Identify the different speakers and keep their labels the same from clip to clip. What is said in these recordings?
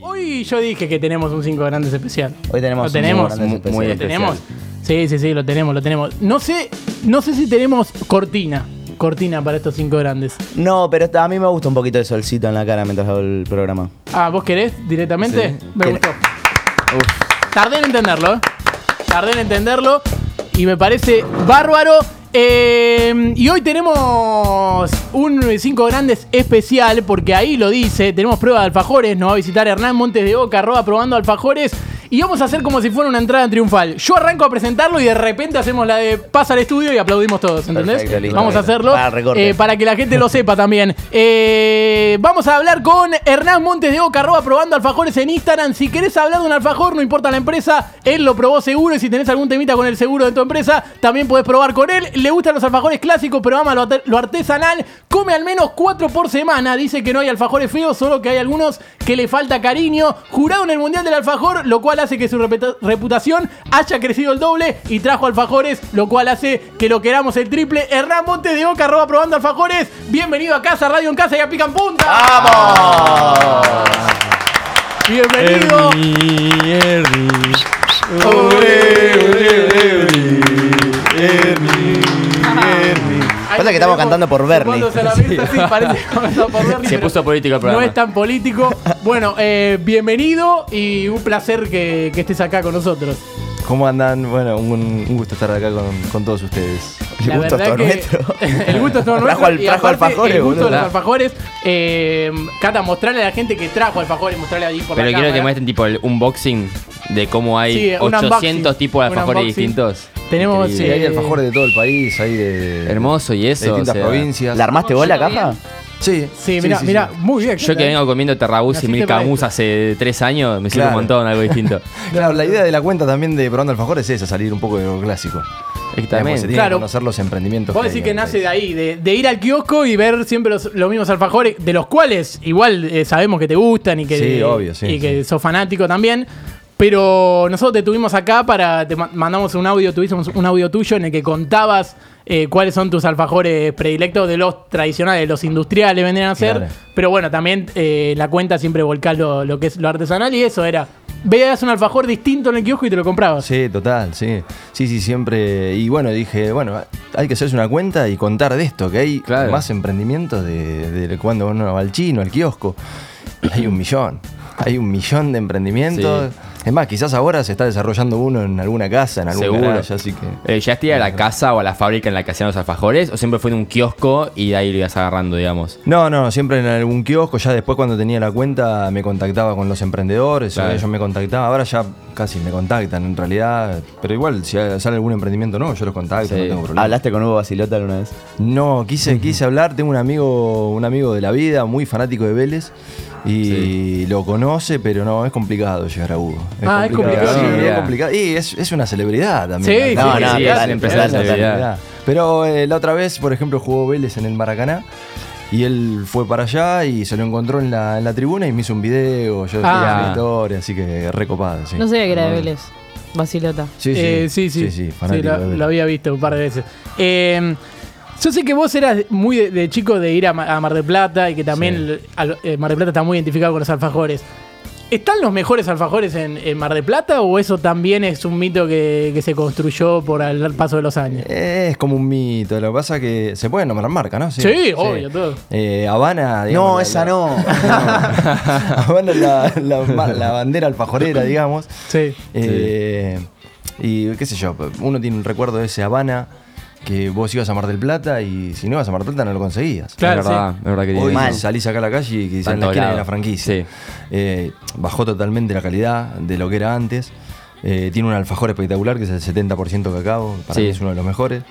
Speaker 1: Hoy yo dije que tenemos un 5 grandes especial.
Speaker 2: Hoy tenemos
Speaker 1: ¿Lo
Speaker 2: un
Speaker 1: tenemos?
Speaker 2: cinco grandes
Speaker 1: Muy- muy
Speaker 2: especial.
Speaker 1: ¿Lo tenemos? Sí, sí, sí, lo tenemos, lo tenemos. No sé, no sé si tenemos cortina. Cortina para estos 5 grandes.
Speaker 2: No, pero a mí me gusta un poquito de solcito en la cara mientras hago el programa.
Speaker 1: Ah, ¿vos querés directamente?
Speaker 2: Sí.
Speaker 1: Me
Speaker 2: Que-
Speaker 1: gustó.
Speaker 2: Uf.
Speaker 1: Tardé en entenderlo, ¿eh? Tardé en entenderlo. Y me parece bárbaro. Eh, y hoy tenemos un 5 grandes especial, porque ahí lo dice. Tenemos prueba de alfajores. Nos va a visitar Hernán Montes de Oca, arroba probando alfajores. Y vamos a hacer como si fuera una entrada triunfal. Yo arranco a presentarlo y de repente hacemos la de pasa al estudio y aplaudimos todos, ¿entendés?
Speaker 2: Perfecto, listo,
Speaker 1: vamos a
Speaker 2: listo.
Speaker 1: hacerlo.
Speaker 2: Para el recorte.
Speaker 1: eh, para que la gente lo sepa también. Eh, vamos a hablar con Hernán Montes de Oca, arroba probando alfajores en Instagram. Si querés hablar de un alfajor, no importa la empresa, él lo probó seguro. Y si tenés algún temita con el seguro de tu empresa, también podés probar con él. Le gustan los alfajores clásicos, pero ama lo, arte- lo artesanal. Come al menos cuatro por semana. Dice que no hay alfajores feos, solo que hay algunos que le falta cariño. Jurado en el Mundial del Alfajor, lo cual hace que su repeta- reputación haya crecido el doble y trajo alfajores, lo cual hace que lo queramos el triple. Hernán Montes de Oca, arroba probando alfajores. Bienvenido a casa, Radio en Casa y a Pican Punta.
Speaker 2: ¡Vamos!
Speaker 1: Bienvenido. Ay,
Speaker 2: Pasa que estamos cantando por Bernie.
Speaker 1: Cuando se la avisa, sí, parece que cantando por Bernie,
Speaker 3: Se
Speaker 1: pero
Speaker 3: puso político el programa.
Speaker 1: No es tan político. Bueno, eh, bienvenido y un placer que, que estés acá con nosotros.
Speaker 4: ¿Cómo andan? Bueno, un, un gusto estar acá con, con todos ustedes.
Speaker 1: La
Speaker 2: gusto es
Speaker 1: verdad
Speaker 2: todo
Speaker 1: que
Speaker 2: nuestro.
Speaker 1: el gusto es todo
Speaker 2: Trajo
Speaker 1: nuestro.
Speaker 2: al-
Speaker 1: y
Speaker 2: trajo
Speaker 1: aparte,
Speaker 2: alfajores,
Speaker 1: el gusto de
Speaker 2: boludo.
Speaker 1: los alfajores. Eh, Cata, mostrarle a la gente que trajo alfajores, mostrarle ahí por
Speaker 3: Pero
Speaker 1: la
Speaker 3: quiero que
Speaker 1: cámara.
Speaker 3: muestren tipo el unboxing de cómo hay
Speaker 1: Sí, un
Speaker 3: 800
Speaker 1: unboxing,
Speaker 3: tipos de
Speaker 1: un
Speaker 3: alfajores
Speaker 1: unboxing.
Speaker 3: distintos.
Speaker 1: Tenemos,
Speaker 4: Sí,
Speaker 1: eh,
Speaker 4: hay alfajores de todo el país, hay de.
Speaker 3: Hermoso y eso.
Speaker 4: de distintas
Speaker 3: o sea,
Speaker 4: provincias.
Speaker 2: ¿La armaste vos la caja?
Speaker 4: Sí.
Speaker 1: Sí, mira,
Speaker 4: sí,
Speaker 1: mira,
Speaker 4: sí.
Speaker 1: muy bien.
Speaker 3: Yo que vengo comiendo terrabús y
Speaker 1: Naciste
Speaker 3: mil
Speaker 1: para
Speaker 3: camus
Speaker 1: esto.
Speaker 3: hace tres años, me sirve
Speaker 4: Claro.
Speaker 3: un montón algo distinto.
Speaker 4: Claro, la idea de la cuenta también de Probando Alfajores es esa, salir un poco de lo clásico. Digamos, Se
Speaker 3: Exactamente.
Speaker 4: tiene
Speaker 1: Claro.
Speaker 4: que conocer los emprendimientos.
Speaker 1: Vos
Speaker 4: hay
Speaker 1: decís
Speaker 4: en
Speaker 1: que
Speaker 4: el
Speaker 1: nace
Speaker 4: país.
Speaker 1: de ahí, de, de ir al kiosco y ver siempre los, los mismos alfajores, de los cuales igual eh, sabemos que te gustan y que,
Speaker 4: Sí, obvio, sí,
Speaker 1: y que
Speaker 4: sí.
Speaker 1: sos fanático también. Pero nosotros te tuvimos acá para. Te ma- mandamos un audio, tuvimos un audio tuyo en el que contabas eh, cuáles son tus alfajores predilectos de los tradicionales, los industriales vendrían a ser.
Speaker 4: Claro.
Speaker 1: Pero bueno, también eh, la cuenta siempre volcás lo, lo que es lo artesanal y eso era. Veías un alfajor distinto en el kiosco y te lo comprabas.
Speaker 4: Sí, total, sí. Sí, sí, siempre. Y bueno, dije, bueno, hay que hacerse una cuenta y contar de esto, que hay
Speaker 3: Claro.
Speaker 4: más emprendimientos de, de cuando uno va al chino, al kiosco. Hay un millón. Hay un millón de emprendimientos. Es más, quizás ahora se está desarrollando uno en alguna casa, en algún
Speaker 3: Seguro.
Speaker 4: garage, así que.
Speaker 3: Eh, ¿Ya esté a la casa o a la fábrica en la que hacían los alfajores? ¿O siempre fue en un kiosco y de ahí lo ibas agarrando, digamos?
Speaker 4: No, no, siempre en algún kiosco. Ya después, cuando tenía la cuenta, me contactaba con los emprendedores.
Speaker 3: Claro.
Speaker 4: o Ellos me contactaban. Ahora ya casi me contactan, en realidad. Pero igual, si sale algún emprendimiento, no, yo los contacto,
Speaker 3: Sí. Ah,
Speaker 4: no tengo problema.
Speaker 2: ¿Hablaste con Hugo Basilota alguna vez?
Speaker 4: No, quise, quise hablar. Tengo un amigo, un amigo de la vida, muy fanático de Vélez. Y lo conoce, pero no, es complicado llegar a Hugo.
Speaker 1: Ah, es complicado.
Speaker 4: Sí,
Speaker 3: Yeah.
Speaker 4: es complicado. Y es, es una celebridad también.
Speaker 1: Sí,
Speaker 4: la
Speaker 2: No,
Speaker 4: verdad.
Speaker 2: no,
Speaker 3: sí,
Speaker 2: total,
Speaker 3: es una empresa
Speaker 2: total,
Speaker 3: de
Speaker 2: total.
Speaker 3: seguridad.
Speaker 4: Mirá. Pero eh, la otra vez, por ejemplo, jugó Vélez en el Maracaná. Y él fue para allá y se lo encontró en la, en la tribuna y me hizo un video. Yo
Speaker 1: Ah.
Speaker 4: hice una historia, así que recopado. Sí.
Speaker 5: No sabía que era de Vélez, Basilota.
Speaker 4: Sí, sí,
Speaker 1: Eh, sí, sí. Sí,
Speaker 4: fanático
Speaker 1: la-
Speaker 4: de
Speaker 1: lo,
Speaker 4: Vélez.
Speaker 1: había visto un par de veces. Eh, yo sé que vos eras muy de, de chico de ir a, Ma- a Mar del Plata y que también
Speaker 4: Sí.
Speaker 1: el- al- eh, Mar del Plata está muy identificado con los alfajores. ¿Están los mejores alfajores en, en Mar del Plata o eso también es un mito que, que se construyó por el paso de los años?
Speaker 4: Eh, Es como un mito, lo que pasa que se pueden nombrar marcas, ¿no?
Speaker 1: Sí, obvio, todo.
Speaker 4: Eh, Habana, digamos,
Speaker 2: No,
Speaker 4: la-
Speaker 2: esa
Speaker 4: la-
Speaker 2: no.
Speaker 4: Habana la, la, ma- la bandera alfajorera, digamos.
Speaker 1: Sí.
Speaker 4: Eh, Y qué sé yo, uno tiene un recuerdo de ese Habana que vos ibas a Mar del Plata y si no ibas a Mar del Plata no lo conseguías.
Speaker 1: Claro,
Speaker 3: es verdad,
Speaker 1: sí.
Speaker 3: es verdad que tiene
Speaker 4: Hoy
Speaker 2: Mal.
Speaker 3: eso.
Speaker 4: salís acá a la calle y quizás
Speaker 3: Está en
Speaker 4: en la
Speaker 3: todos
Speaker 4: esquina de la
Speaker 3: lados.
Speaker 4: franquicia.
Speaker 3: Sí.
Speaker 4: Eh, bajó totalmente la calidad de lo que era antes. Eh, tiene un alfajor espectacular que es el 70% cacao, para
Speaker 3: Sí.
Speaker 4: mí es uno de los mejores.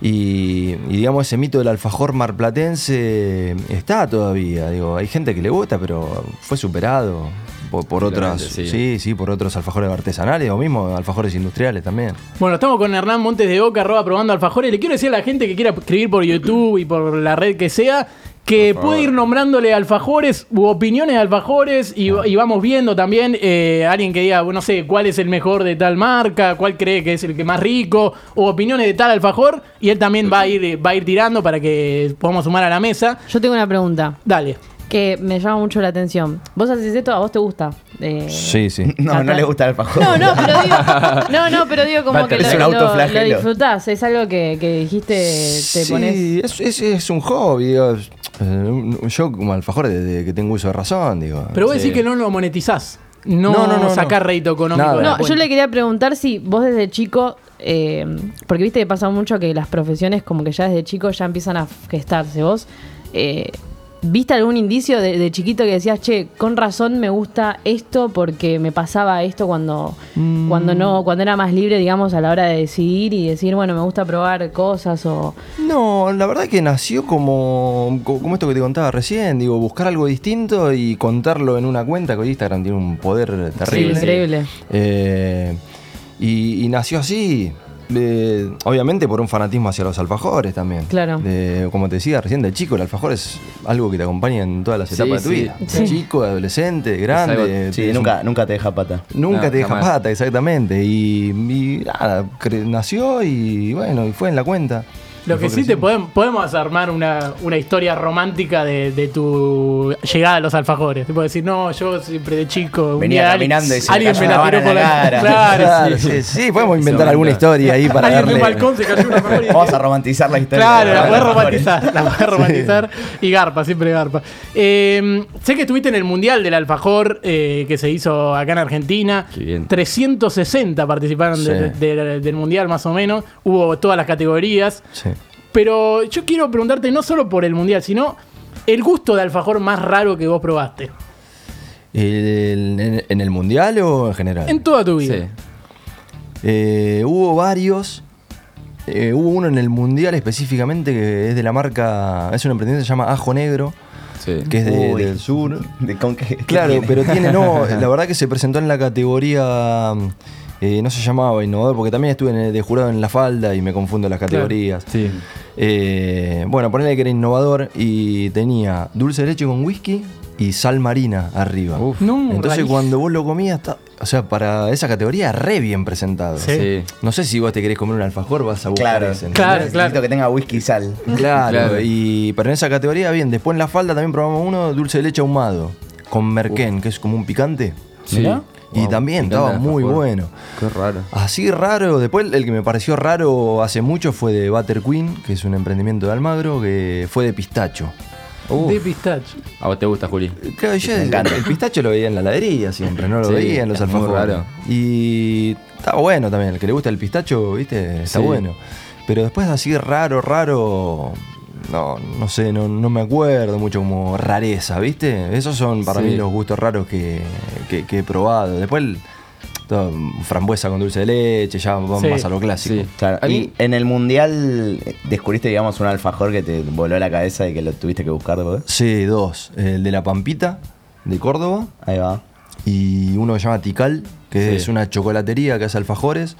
Speaker 4: Y, y digamos, ese mito del alfajor marplatense está todavía. Digo, hay gente que le gusta, pero fue superado por, por otras.
Speaker 3: Claramente, sí.
Speaker 4: Sí. sí, por otros alfajores artesanales o mismo alfajores industriales también.
Speaker 1: Bueno, estamos con Hernán Montes de Oca, arroba probando alfajores. Le quiero decir a la gente que quiera escribir por YouTube y por la red que sea, que puede ir nombrándole alfajores u opiniones de alfajores y, y vamos viendo también eh, alguien que diga, no sé, cuál es el mejor de tal marca, cuál cree que es el que más rico, o opiniones de tal alfajor. Y él también va a ir, va a ir tirando para que podamos sumar a la mesa.
Speaker 5: Yo tengo una pregunta.
Speaker 1: Dale.
Speaker 5: que me llama mucho la atención. Vos haces esto, a vos te gusta. Eh,
Speaker 4: Sí, sí.
Speaker 2: No, no
Speaker 5: Acá-
Speaker 2: le gusta el alfajor.
Speaker 5: No, no, pero digo, no, no, pero digo como que
Speaker 2: Walter,
Speaker 5: lo,
Speaker 2: es un
Speaker 5: lo-
Speaker 2: autoflagelo.
Speaker 5: lo disfrutás, es algo que, que dijiste, te
Speaker 4: sí,
Speaker 5: pones...
Speaker 4: es, es- es un hobby. digo, es- eh, un- un- yo como alfajor desde que tengo uso de razón, digo.
Speaker 1: Pero vos
Speaker 4: Sí.
Speaker 1: decís que no lo monetizás. No,
Speaker 4: No, no, no,
Speaker 1: sacás
Speaker 4: no.
Speaker 1: rédito económico.
Speaker 4: Nada.
Speaker 1: de la
Speaker 5: No, yo
Speaker 1: cuenta.
Speaker 5: le quería preguntar si vos desde chico, eh, porque viste que pasa mucho que las profesiones como que ya desde chico ya empiezan a gestarse. Vos, eh, ¿viste algún indicio de, de chiquito que decías, che, con razón me gusta esto porque me pasaba esto cuando,
Speaker 4: Mm.
Speaker 5: cuando no, cuando era más libre, digamos, a la hora de decidir y decir, bueno, me gusta probar cosas o...
Speaker 4: No, la verdad que nació como, co- como esto que te contaba recién, digo, buscar algo distinto y contarlo en una cuenta, que hoy Instagram tiene un poder terrible.
Speaker 5: Sí, increíble.
Speaker 4: Eh, y, y nació así, eh, obviamente por un fanatismo hacia los alfajores también.
Speaker 5: Claro.
Speaker 4: De- como te decía recién, de chico, el alfajor es algo que te acompaña en todas las
Speaker 3: Sí,
Speaker 4: etapas de tu
Speaker 3: sí.
Speaker 4: vida.
Speaker 5: Sí.
Speaker 4: Chico, adolescente, grande.
Speaker 3: algo-
Speaker 4: eh,
Speaker 2: Sí,
Speaker 4: es un-
Speaker 2: nunca, nunca te deja pata.
Speaker 4: Nunca
Speaker 3: No,
Speaker 4: te deja
Speaker 3: jamás.
Speaker 4: pata, exactamente. Y, y nada, cre- nació y bueno, y fue en la cuenta.
Speaker 1: Lo
Speaker 4: Y
Speaker 1: que
Speaker 4: fue
Speaker 1: sí te
Speaker 4: creciendo.
Speaker 1: podemos, podemos armar una, una historia romántica de, de tu llegada a los alfajores. Te puedo decir, no, yo siempre de chico. un
Speaker 2: Venía
Speaker 1: día
Speaker 2: caminando y se me
Speaker 1: alguien
Speaker 2: cayó
Speaker 1: me
Speaker 2: una
Speaker 1: la tiró
Speaker 2: banana
Speaker 1: por
Speaker 2: en
Speaker 1: la
Speaker 2: la cara.
Speaker 1: Claro,
Speaker 4: Claro,
Speaker 1: sí.
Speaker 4: sí, sí, podemos inventar alguna historia ahí para
Speaker 1: Alguien de un
Speaker 4: darle.
Speaker 1: balcón se cayó un alfajor y
Speaker 2: Vamos a romantizar la historia.
Speaker 1: Claro,
Speaker 2: de
Speaker 1: la
Speaker 2: los
Speaker 1: puedes
Speaker 2: alfajores.
Speaker 1: romantizar, la puedes romantizar. Y garpa, siempre garpa. Eh, sé que estuviste en el Mundial del Alfajor eh, que se hizo acá en Argentina.
Speaker 3: Qué bien.
Speaker 1: 360 participaron
Speaker 4: Sí.
Speaker 1: de- de- del Mundial más o menos. Hubo todas las categorías.
Speaker 4: Sí.
Speaker 1: Pero yo quiero preguntarte no solo por el Mundial, sino el gusto de alfajor más raro que vos probaste.
Speaker 4: El- en, en el mundial o en general?
Speaker 1: En toda tu vida.
Speaker 3: Sí.
Speaker 4: Eh, hubo varios. Eh, hubo uno en el mundial específicamente que es de la marca. Es un emprendimiento que se llama Ajo Negro,
Speaker 3: Sí.
Speaker 4: que es de-
Speaker 2: Uy.
Speaker 4: del sur.
Speaker 2: ¿De con qué- qué
Speaker 4: Claro,
Speaker 2: tiene?
Speaker 4: pero tiene, no, la verdad que se presentó en la categoría, eh, no se llamaba innovador, porque también estuve en el- de jurado en la falda y me confundo las categorías.
Speaker 3: Sí.
Speaker 4: Eh, bueno, ponele que era innovador y tenía dulce de leche con whisky y sal marina arriba.
Speaker 3: Uf.
Speaker 1: No,
Speaker 4: Entonces
Speaker 1: rarísimo.
Speaker 4: cuando vos lo comías, ta- o sea, para esa categoría re bien presentado.
Speaker 1: Sí.
Speaker 3: Sí.
Speaker 4: No sé si vos te querés comer un alfajor, vas a buscar
Speaker 2: Claro,
Speaker 4: ese, ¿entendés?
Speaker 1: Claro,
Speaker 2: Necesito que tenga whisky y sal.
Speaker 4: Claro,
Speaker 3: Claro.
Speaker 4: Y, pero en esa categoría, bien. Después en la falda también probamos uno, dulce de leche ahumado, con merquén, que es como un picante.
Speaker 3: Sí.
Speaker 1: Mirá.
Speaker 4: Y
Speaker 3: Wow,
Speaker 4: también
Speaker 3: me encanta
Speaker 4: estaba
Speaker 3: el
Speaker 4: muy
Speaker 3: alfajor.
Speaker 4: bueno.
Speaker 3: Qué raro.
Speaker 4: Así raro, después el que me pareció raro hace mucho fue de Butter Queen, que es un emprendimiento de Almagro, que fue de pistacho.
Speaker 3: Uh,
Speaker 1: De pistacho.
Speaker 3: A vos te gusta, Juli.
Speaker 4: Eh, Claro, yo el,
Speaker 2: encanta.
Speaker 4: el pistacho lo veía en la heladería siempre, no lo
Speaker 3: Sí,
Speaker 4: veía en los
Speaker 3: es muy
Speaker 4: alfajores.
Speaker 3: raro.
Speaker 4: Y está bueno también, el que le gusta el pistacho, viste, está
Speaker 3: Sí.
Speaker 4: bueno. Pero después así raro, raro, no, no sé, no, no me acuerdo mucho como rareza, viste. Esos son para
Speaker 3: Sí.
Speaker 4: mí los gustos raros que, que- que he probado. Después el- todo, frambuesa con dulce de leche, ya vamos
Speaker 1: Sí.
Speaker 4: más a lo clásico.
Speaker 3: Sí.
Speaker 2: Claro,
Speaker 3: A
Speaker 2: y
Speaker 3: mí-
Speaker 2: en el mundial eh, descubriste, digamos, un alfajor que te voló la cabeza y que lo tuviste que buscar después.
Speaker 4: Sí, dos. El de La Pampita, de Córdoba,
Speaker 2: Ahí va.
Speaker 4: y uno que se llama Tical, que
Speaker 3: Sí.
Speaker 4: es una chocolatería que hace alfajores.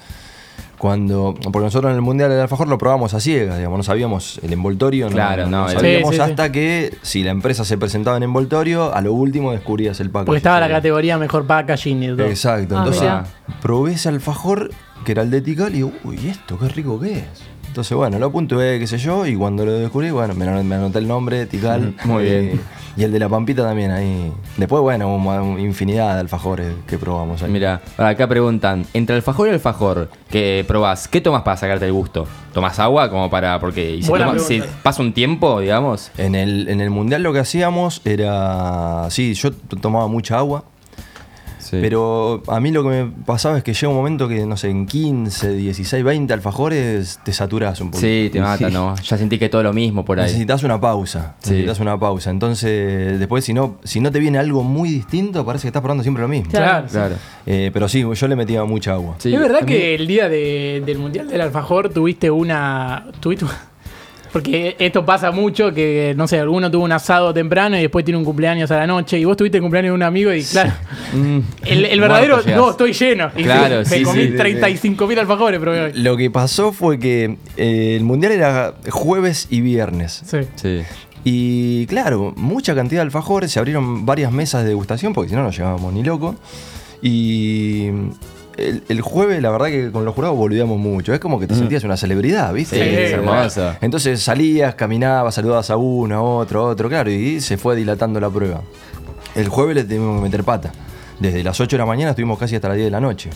Speaker 4: Cuando, porque nosotros en el Mundial del Alfajor lo probamos a ciegas, digamos, no sabíamos el envoltorio, no-
Speaker 3: Claro,
Speaker 4: no,
Speaker 3: no, el-
Speaker 4: sabíamos
Speaker 1: Sí, sí, sí.
Speaker 4: hasta que si la empresa se presentaba en envoltorio, a lo último descubrías el packaging.
Speaker 1: Porque estaba la categoría mejor packaging. y todo.
Speaker 4: Exacto,
Speaker 5: Ah,
Speaker 4: entonces
Speaker 3: mirá.
Speaker 4: probé ese alfajor que era el de Tical y digo, uy, esto qué rico que es. Entonces, bueno, lo apunté, qué sé yo, y cuando lo descubrí, bueno, me, lo- me anoté el nombre, Tical.
Speaker 3: Muy
Speaker 4: y-
Speaker 3: bien.
Speaker 4: Y el de la Pampita también ahí. Después, bueno, hubo infinidad de alfajores que probamos ahí.
Speaker 3: Mira, acá preguntan, entre alfajor y alfajor que probás, ¿qué tomás para sacarte el gusto? ¿Tomás agua como para porque y si,
Speaker 1: Buena
Speaker 3: tomas- si
Speaker 1: pregunta.
Speaker 3: pasa un tiempo, digamos?
Speaker 4: En el, en el mundial lo que hacíamos era. Sí, yo t- tomaba mucha agua.
Speaker 3: Sí.
Speaker 4: Pero a mí lo que me pasaba es que llega un momento que, no sé, en 15, 16, 20 alfajores te saturas un poco.
Speaker 3: Sí, te mata, ¿no? Ya sentí que todo lo mismo por ahí.
Speaker 4: Necesitas una pausa.
Speaker 3: Sí.
Speaker 4: Necesitas una pausa. Entonces, después, si no, si no te viene algo muy distinto, parece que estás probando siempre lo mismo.
Speaker 1: Claro.
Speaker 3: Claro.
Speaker 4: Eh, pero sí, yo le metía mucha agua.
Speaker 3: Sí,
Speaker 1: es verdad
Speaker 3: a mí-
Speaker 1: que el día de- del Mundial del Alfajor tuviste una. Tuviste, una- porque esto pasa mucho, que no sé, alguno tuvo un asado temprano y después tiene un cumpleaños a la noche. Y vos tuviste el cumpleaños de un amigo y claro. El, el verdadero,
Speaker 3: Muerto llegás.
Speaker 1: no, estoy lleno. Y
Speaker 3: Claro,
Speaker 1: me
Speaker 3: sí, sí,
Speaker 1: comí
Speaker 3: sí, sí.
Speaker 1: 35 mil alfajores, pero hoy.
Speaker 4: Lo que pasó fue que eh, el mundial era jueves y viernes.
Speaker 1: Sí.
Speaker 3: Sí.
Speaker 4: Y claro, mucha cantidad de alfajores, se abrieron varias mesas de degustación, porque si no, no llegábamos ni loco. Y el, el jueves, la verdad que con los jurados volvíamos mucho. Es como que te sentías una celebridad, ¿viste?
Speaker 3: Mm. Sí, es
Speaker 1: Sí,
Speaker 3: hermoso.
Speaker 4: Entonces salías, caminabas, saludabas a uno, a otro, a otro, claro, y se fue dilatando la prueba. El jueves le tuvimos que meter pata. Desde las 8 de la mañana estuvimos casi hasta las 10 de la noche.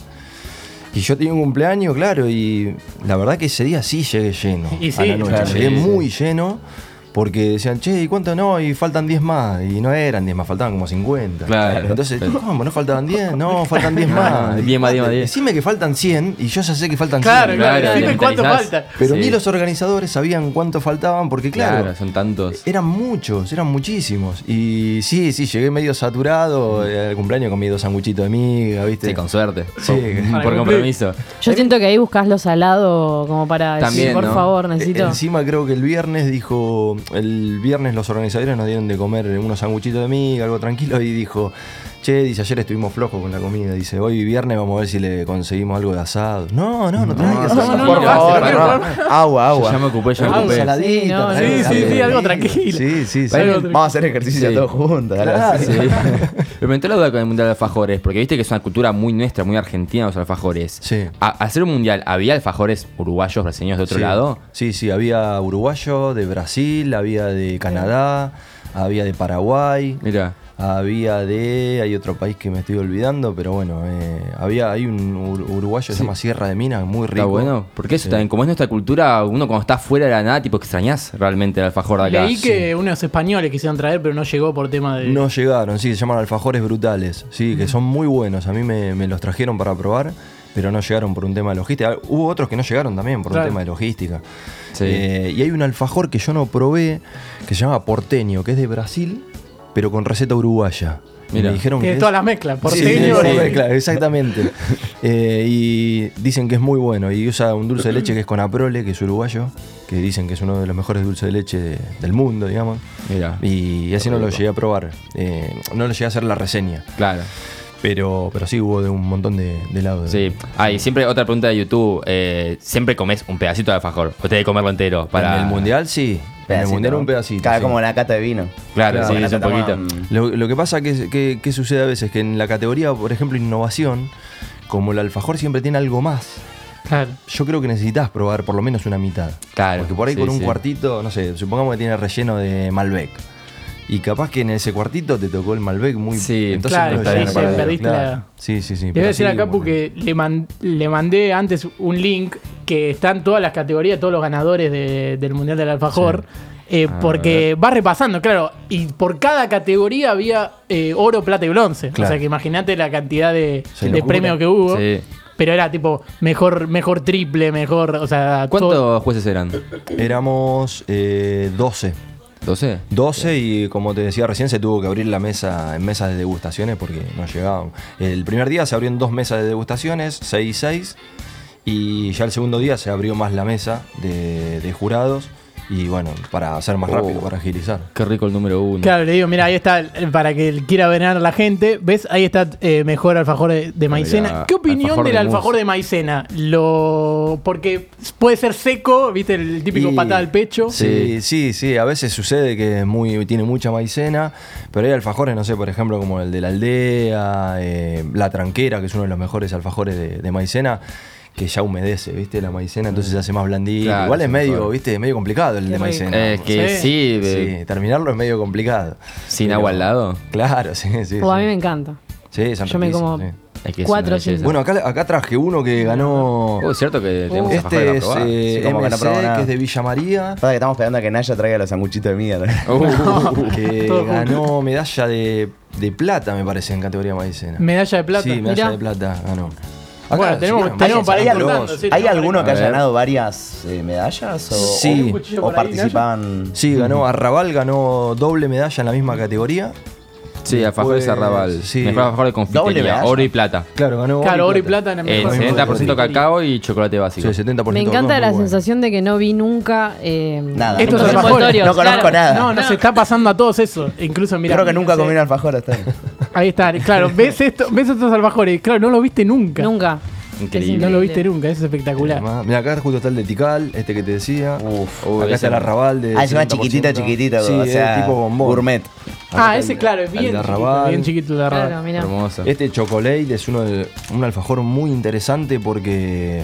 Speaker 4: Y yo tenía un cumpleaños, claro, y la verdad que ese día sí llegué lleno.
Speaker 1: Y
Speaker 4: a
Speaker 1: sí,
Speaker 4: la noche.
Speaker 1: claro,
Speaker 4: llegué
Speaker 2: sí, sí.
Speaker 4: muy lleno porque decían, che, ¿y cuánto no? Y faltan 10 más. Y no eran 10 más, faltaban como 50.
Speaker 3: Claro.
Speaker 4: Entonces, ¿cómo? ¿No faltaban 10? No, faltan 10 más.
Speaker 3: 10 más, 10 más, 10.
Speaker 4: Decime que faltan 100 y yo ya sé que faltan 100.
Speaker 1: Claro, claro.
Speaker 3: Claro,
Speaker 1: Dime
Speaker 3: le
Speaker 1: cuánto
Speaker 3: mentalizás.
Speaker 1: falta.
Speaker 4: Pero
Speaker 3: Sí.
Speaker 4: ni los organizadores sabían cuánto faltaban, porque
Speaker 3: Claro,
Speaker 4: claro,
Speaker 3: son tantos.
Speaker 4: eran muchos, eran muchísimos. Y sí, sí, llegué medio saturado eh, al cumpleaños comí dos sanguchitos de miga, ¿viste?
Speaker 3: Sí, con suerte.
Speaker 4: Este. Sí.
Speaker 3: Por-
Speaker 1: Para
Speaker 3: Por
Speaker 1: cumplir.
Speaker 3: compromiso.
Speaker 5: Yo siento que ahí buscas lo salado como para decir,
Speaker 3: También,
Speaker 5: por
Speaker 3: ¿no?
Speaker 5: favor,
Speaker 4: Eh,
Speaker 5: necesito.
Speaker 4: Encima creo que el viernes dijo, el viernes los organizadores nos dieron de comer unos sanguchitos de miga, algo tranquilo, y dijo, che, dice, ayer estuvimos flojos con la comida, dice, hoy viernes vamos a ver si le conseguimos algo de asado. No, no, no traigas
Speaker 1: no,
Speaker 4: asado,
Speaker 1: no,
Speaker 4: por
Speaker 1: no,
Speaker 4: favor,
Speaker 1: no,
Speaker 4: no. agua,
Speaker 3: Yo
Speaker 4: agua.
Speaker 3: ya me ocupé, ya me
Speaker 4: Algo
Speaker 3: ocupé.
Speaker 4: saladito,
Speaker 5: Sí, no,
Speaker 4: algo
Speaker 1: sí, sí,
Speaker 4: saladito.
Speaker 1: sí, algo tranquilo.
Speaker 4: Sí, sí, sí.
Speaker 1: Algo
Speaker 2: Vamos a hacer ejercicio
Speaker 3: Sí.
Speaker 2: todos juntos. dale.
Speaker 4: Claro.
Speaker 3: Sí. Pero me entró la duda con el Mundial de Alfajores, porque viste que es una cultura muy nuestra, muy argentina los alfajores.
Speaker 4: Sí.
Speaker 3: A- hacer un Mundial, ¿había alfajores uruguayos, brasileños de otro
Speaker 4: Sí.
Speaker 3: lado?
Speaker 4: Sí, sí, había uruguayo, de Brasil, había de Canadá, había de Paraguay,
Speaker 3: Mira.
Speaker 4: había de. Hay otro país que me estoy olvidando, pero bueno, eh, había hay un ur- uruguayo que se llama Sierra de Minas, muy rico.
Speaker 3: Está bueno, porque eso también, como es nuestra cultura, uno cuando está fuera de la nada, tipo extrañás realmente el alfajor de acá.
Speaker 1: Leí que unos españoles quisieron traer, pero no llegó por tema de.
Speaker 4: No llegaron, sí, se llaman alfajores brutales, sí, que son muy buenos. A mí me, me los trajeron para probar, pero no llegaron por un tema de logística. Ah, Hubo otros que no llegaron también por
Speaker 1: Claro.
Speaker 4: un tema de logística.
Speaker 3: Sí.
Speaker 4: Eh, y hay un alfajor que yo no probé, que se llama porteño, que es de Brasil, pero con receta uruguaya. Y
Speaker 3: Mirá.
Speaker 4: Me dijeron que
Speaker 1: Tiene
Speaker 4: es-
Speaker 1: todas las mezclas. Por
Speaker 4: Sí,
Speaker 1: teño
Speaker 4: sí,
Speaker 1: y-
Speaker 4: sí, claro, exactamente. Eh, y dicen que es muy bueno. Y usa un dulce de leche que es con aprole, que es uruguayo, que dicen que es uno de los mejores dulces de leche de- del mundo, digamos.
Speaker 3: Mira.
Speaker 4: Y así no lo llegué a probar. Eh, no lo llegué a hacer la reseña.
Speaker 3: Claro.
Speaker 4: Pero, pero sí hubo de un montón de, de helados.
Speaker 3: Sí. Ah, y siempre otra pregunta de YouTube. eh, ¿Siempre comes un pedacito de alfajor? ¿O tenés que comerlo entero? Para...
Speaker 4: En el mundial sí. En el
Speaker 2: Pedacito.
Speaker 4: mundial un pedacito.
Speaker 2: Cada
Speaker 4: sí.
Speaker 2: como la cata de vino.
Speaker 3: Claro,
Speaker 2: Cada
Speaker 3: sí,
Speaker 2: una
Speaker 3: es un
Speaker 2: cata Mm.
Speaker 3: poquito.
Speaker 2: más.
Speaker 4: Lo, lo que pasa que, que- que sucede a veces que en la categoría, por ejemplo, innovación, como el alfajor siempre tiene algo más,
Speaker 1: Claro.
Speaker 4: yo creo que necesitas probar por lo menos una mitad.
Speaker 3: Claro,
Speaker 4: Porque por ahí
Speaker 3: sí,
Speaker 4: con un
Speaker 3: sí.
Speaker 4: cuartito, no sé, supongamos que tiene relleno de Malbec. Y capaz que en ese cuartito te tocó el Malbec muy.
Speaker 3: Sí,
Speaker 1: claro,
Speaker 4: no está
Speaker 1: sí,
Speaker 4: bien
Speaker 1: sí,
Speaker 4: para ver,
Speaker 1: perdiste
Speaker 4: claro.
Speaker 1: la-
Speaker 4: Sí, sí, sí.
Speaker 1: Le voy
Speaker 4: pero
Speaker 1: a decir
Speaker 4: sí,
Speaker 1: a Capu
Speaker 4: bueno.
Speaker 1: que le, man- le mandé antes un link que están todas las categorías, todos los ganadores de- del Mundial del Alfajor. eh, porque va repasando, claro. Y por cada categoría había eh, oro, plata y bronce. O
Speaker 4: Claro.
Speaker 1: sea que imagínate la cantidad de,
Speaker 4: Sí,
Speaker 1: de
Speaker 4: locura.
Speaker 1: premios que hubo.
Speaker 3: Sí.
Speaker 1: Pero era tipo mejor, mejor triple, mejor. O sea, todo-
Speaker 3: ¿Cuántos jueces eran?
Speaker 4: Éramos eh, 12.
Speaker 3: ¿12?
Speaker 4: 12 y como te decía recién se tuvo que abrir la mesa en mesas de degustaciones porque no llegaban. El primer día se abrieron dos mesas de degustaciones, 6 y 6, y ya el segundo día se abrió más la mesa de, de jurados y bueno, para hacer más rápido, para agilizar.
Speaker 3: Qué rico el número uno.
Speaker 1: Claro, le digo, mira, ahí está, eh, para que el- quiera venar la gente, ¿ves? Ahí está eh, mejor alfajor de, de maicena.
Speaker 3: Mirá,
Speaker 1: ¿Qué opinión
Speaker 3: alfajor
Speaker 1: del
Speaker 3: de
Speaker 1: alfajor
Speaker 3: mousse.
Speaker 1: de maicena? Lo Porque puede ser seco, ¿viste? El típico
Speaker 4: Y-
Speaker 1: patada al pecho.
Speaker 4: Sí, sí, sí, a veces sucede que es muy, tiene mucha maicena, pero hay alfajores, no sé, por ejemplo, como el de la aldea, eh, la tranquera, que es uno de los mejores alfajores de, de maicena, que ya humedece, ¿viste? La maicena, entonces se hace más blandito.
Speaker 3: Claro,
Speaker 4: Igual es
Speaker 3: sí,
Speaker 4: medio,
Speaker 3: mejor.
Speaker 4: ¿viste? Medio complicado el de
Speaker 5: rico.
Speaker 4: maicena.
Speaker 3: Es que
Speaker 1: Sí.
Speaker 3: Eh, sí, de-
Speaker 4: Sí, terminarlo es medio complicado.
Speaker 3: sin agua al lado.
Speaker 4: Claro, sí, sí.
Speaker 5: O Pues a
Speaker 4: sí.
Speaker 5: mí me encanta.
Speaker 4: Sí, son
Speaker 5: Yo me
Speaker 4: riquísimos,
Speaker 5: como-
Speaker 4: sí.
Speaker 3: Es que es
Speaker 5: Cuatro,
Speaker 3: una belleza.
Speaker 5: sí.
Speaker 4: Bueno, acá, acá traje uno que ganó.
Speaker 3: Oh, es cierto que tenemos alfajores
Speaker 4: este
Speaker 3: para
Speaker 4: es
Speaker 3: probar.
Speaker 4: eh,
Speaker 2: Sí, como que no
Speaker 4: MC,
Speaker 2: probó nada.
Speaker 4: que es de Villa María.
Speaker 2: Pasa que estamos esperando a que Naya traiga los sanguchitos de miga. ¿no?
Speaker 3: Uh,
Speaker 4: que
Speaker 1: Todo junto.
Speaker 4: ganó medalla de, de plata, me parece, en categoría maicena.
Speaker 1: Medalla de plata.
Speaker 4: Sí, medalla
Speaker 5: Mirá.
Speaker 4: de plata ganó. Acá,
Speaker 1: Bueno,
Speaker 4: si
Speaker 1: tenemos-
Speaker 4: quieren,
Speaker 1: tenemos
Speaker 4: vayan
Speaker 1: para ir
Speaker 4: sacándolos.
Speaker 1: cortando, sí.
Speaker 2: ¿Hay alguno que
Speaker 3: A
Speaker 2: haya
Speaker 3: ver.
Speaker 2: ganado varias eh, medallas? O,
Speaker 4: Sí.
Speaker 2: o-
Speaker 4: Un
Speaker 1: cuchillo
Speaker 2: o
Speaker 1: por ahí,
Speaker 2: participaban.
Speaker 4: Sí, ganó Arrabal, ganó doble medalla en la misma categoría.
Speaker 3: sí, alfajores
Speaker 4: Después,
Speaker 3: arrabal.
Speaker 4: Pues, sí.
Speaker 3: Mejor alfajor de
Speaker 2: Doble
Speaker 3: confitería,
Speaker 2: medalla.
Speaker 3: oro y plata.
Speaker 4: Claro, ganó
Speaker 1: Claro, oro y plata en el
Speaker 3: Eh,
Speaker 1: mejor.
Speaker 4: sí,
Speaker 3: 70%
Speaker 1: confitería.
Speaker 3: cacao y chocolate básico.
Speaker 4: Sí, 70%.
Speaker 5: Me encanta
Speaker 4: no,
Speaker 5: la
Speaker 4: muy bueno.
Speaker 5: sensación de que no vi nunca eh,
Speaker 2: Nada.
Speaker 1: Estos
Speaker 5: los
Speaker 1: alfajores,
Speaker 5: envoltorios,
Speaker 2: no conozco
Speaker 5: claro.
Speaker 2: nada.
Speaker 1: No, no, se está pasando a todos eso. Incluso, mira.
Speaker 2: Creo que nunca comí un alfajor hasta ahí.
Speaker 1: Ahí está, claro, ves, esto, ves estos alfajores. Claro, no lo viste nunca.
Speaker 5: Nunca.
Speaker 3: Increíble.
Speaker 1: No lo viste nunca, eso es espectacular.
Speaker 4: Mira, acá justo está el de Tical, este que te decía.
Speaker 2: Uf.
Speaker 4: acá
Speaker 3: ese
Speaker 4: está el
Speaker 3: no.
Speaker 4: Arrabal de.
Speaker 2: Ah, encima
Speaker 4: 70%.
Speaker 2: chiquitito, chiquitito.
Speaker 4: Sí,
Speaker 2: o
Speaker 4: es
Speaker 2: sea,
Speaker 4: tipo bombón.
Speaker 2: gourmet.
Speaker 1: Ah, ese, claro, es
Speaker 4: al
Speaker 1: bien
Speaker 4: de
Speaker 1: chiquito,
Speaker 4: Arrabal.
Speaker 1: bien chiquito el de Arrabal.
Speaker 5: Claro, mirá.
Speaker 3: Hermosa.
Speaker 4: Este chocolate es uno de- un alfajor muy interesante porque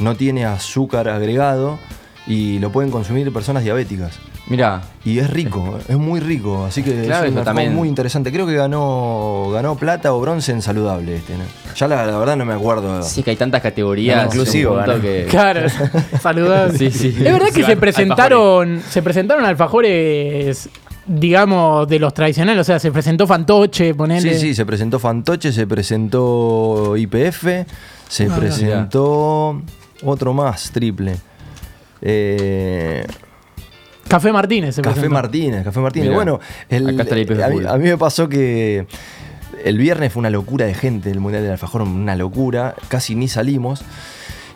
Speaker 4: no tiene azúcar agregado y lo pueden consumir personas diabéticas.
Speaker 3: Mirá,
Speaker 4: Y es rico, es muy rico, así que
Speaker 3: Claro,
Speaker 4: es un
Speaker 3: eso
Speaker 4: alfajor
Speaker 3: también.
Speaker 4: muy interesante. Creo que ganó ganó plata o bronce en saludable este. ¿no? Ya la, la verdad no me acuerdo.
Speaker 3: sí que hay tantas categorías.
Speaker 2: Inclusivo,
Speaker 3: es un punto
Speaker 2: ¿no?
Speaker 3: que-
Speaker 1: Claro, saludable.
Speaker 3: Sí, sí.
Speaker 1: Eh, Es verdad
Speaker 3: Sí,
Speaker 1: que se
Speaker 3: al-
Speaker 1: presentaron, se presentaron alfajores, digamos, de los tradicionales. O sea, se presentó Fantoche, ponele.
Speaker 4: Sí, sí, se presentó Fantoche, se presentó IPF,
Speaker 3: Ah,
Speaker 4: se presentó otro más, triple. Eh,
Speaker 1: Café Martínez se
Speaker 4: Café
Speaker 1: presentó.
Speaker 4: Martínez, Café Martínez.
Speaker 3: Mirá,
Speaker 4: bueno, el-
Speaker 3: acá está la IPF
Speaker 4: a, mí,
Speaker 3: full.
Speaker 4: a mí me pasó que el viernes fue una locura de gente, el Mundial del Alfajor, una locura, casi ni salimos.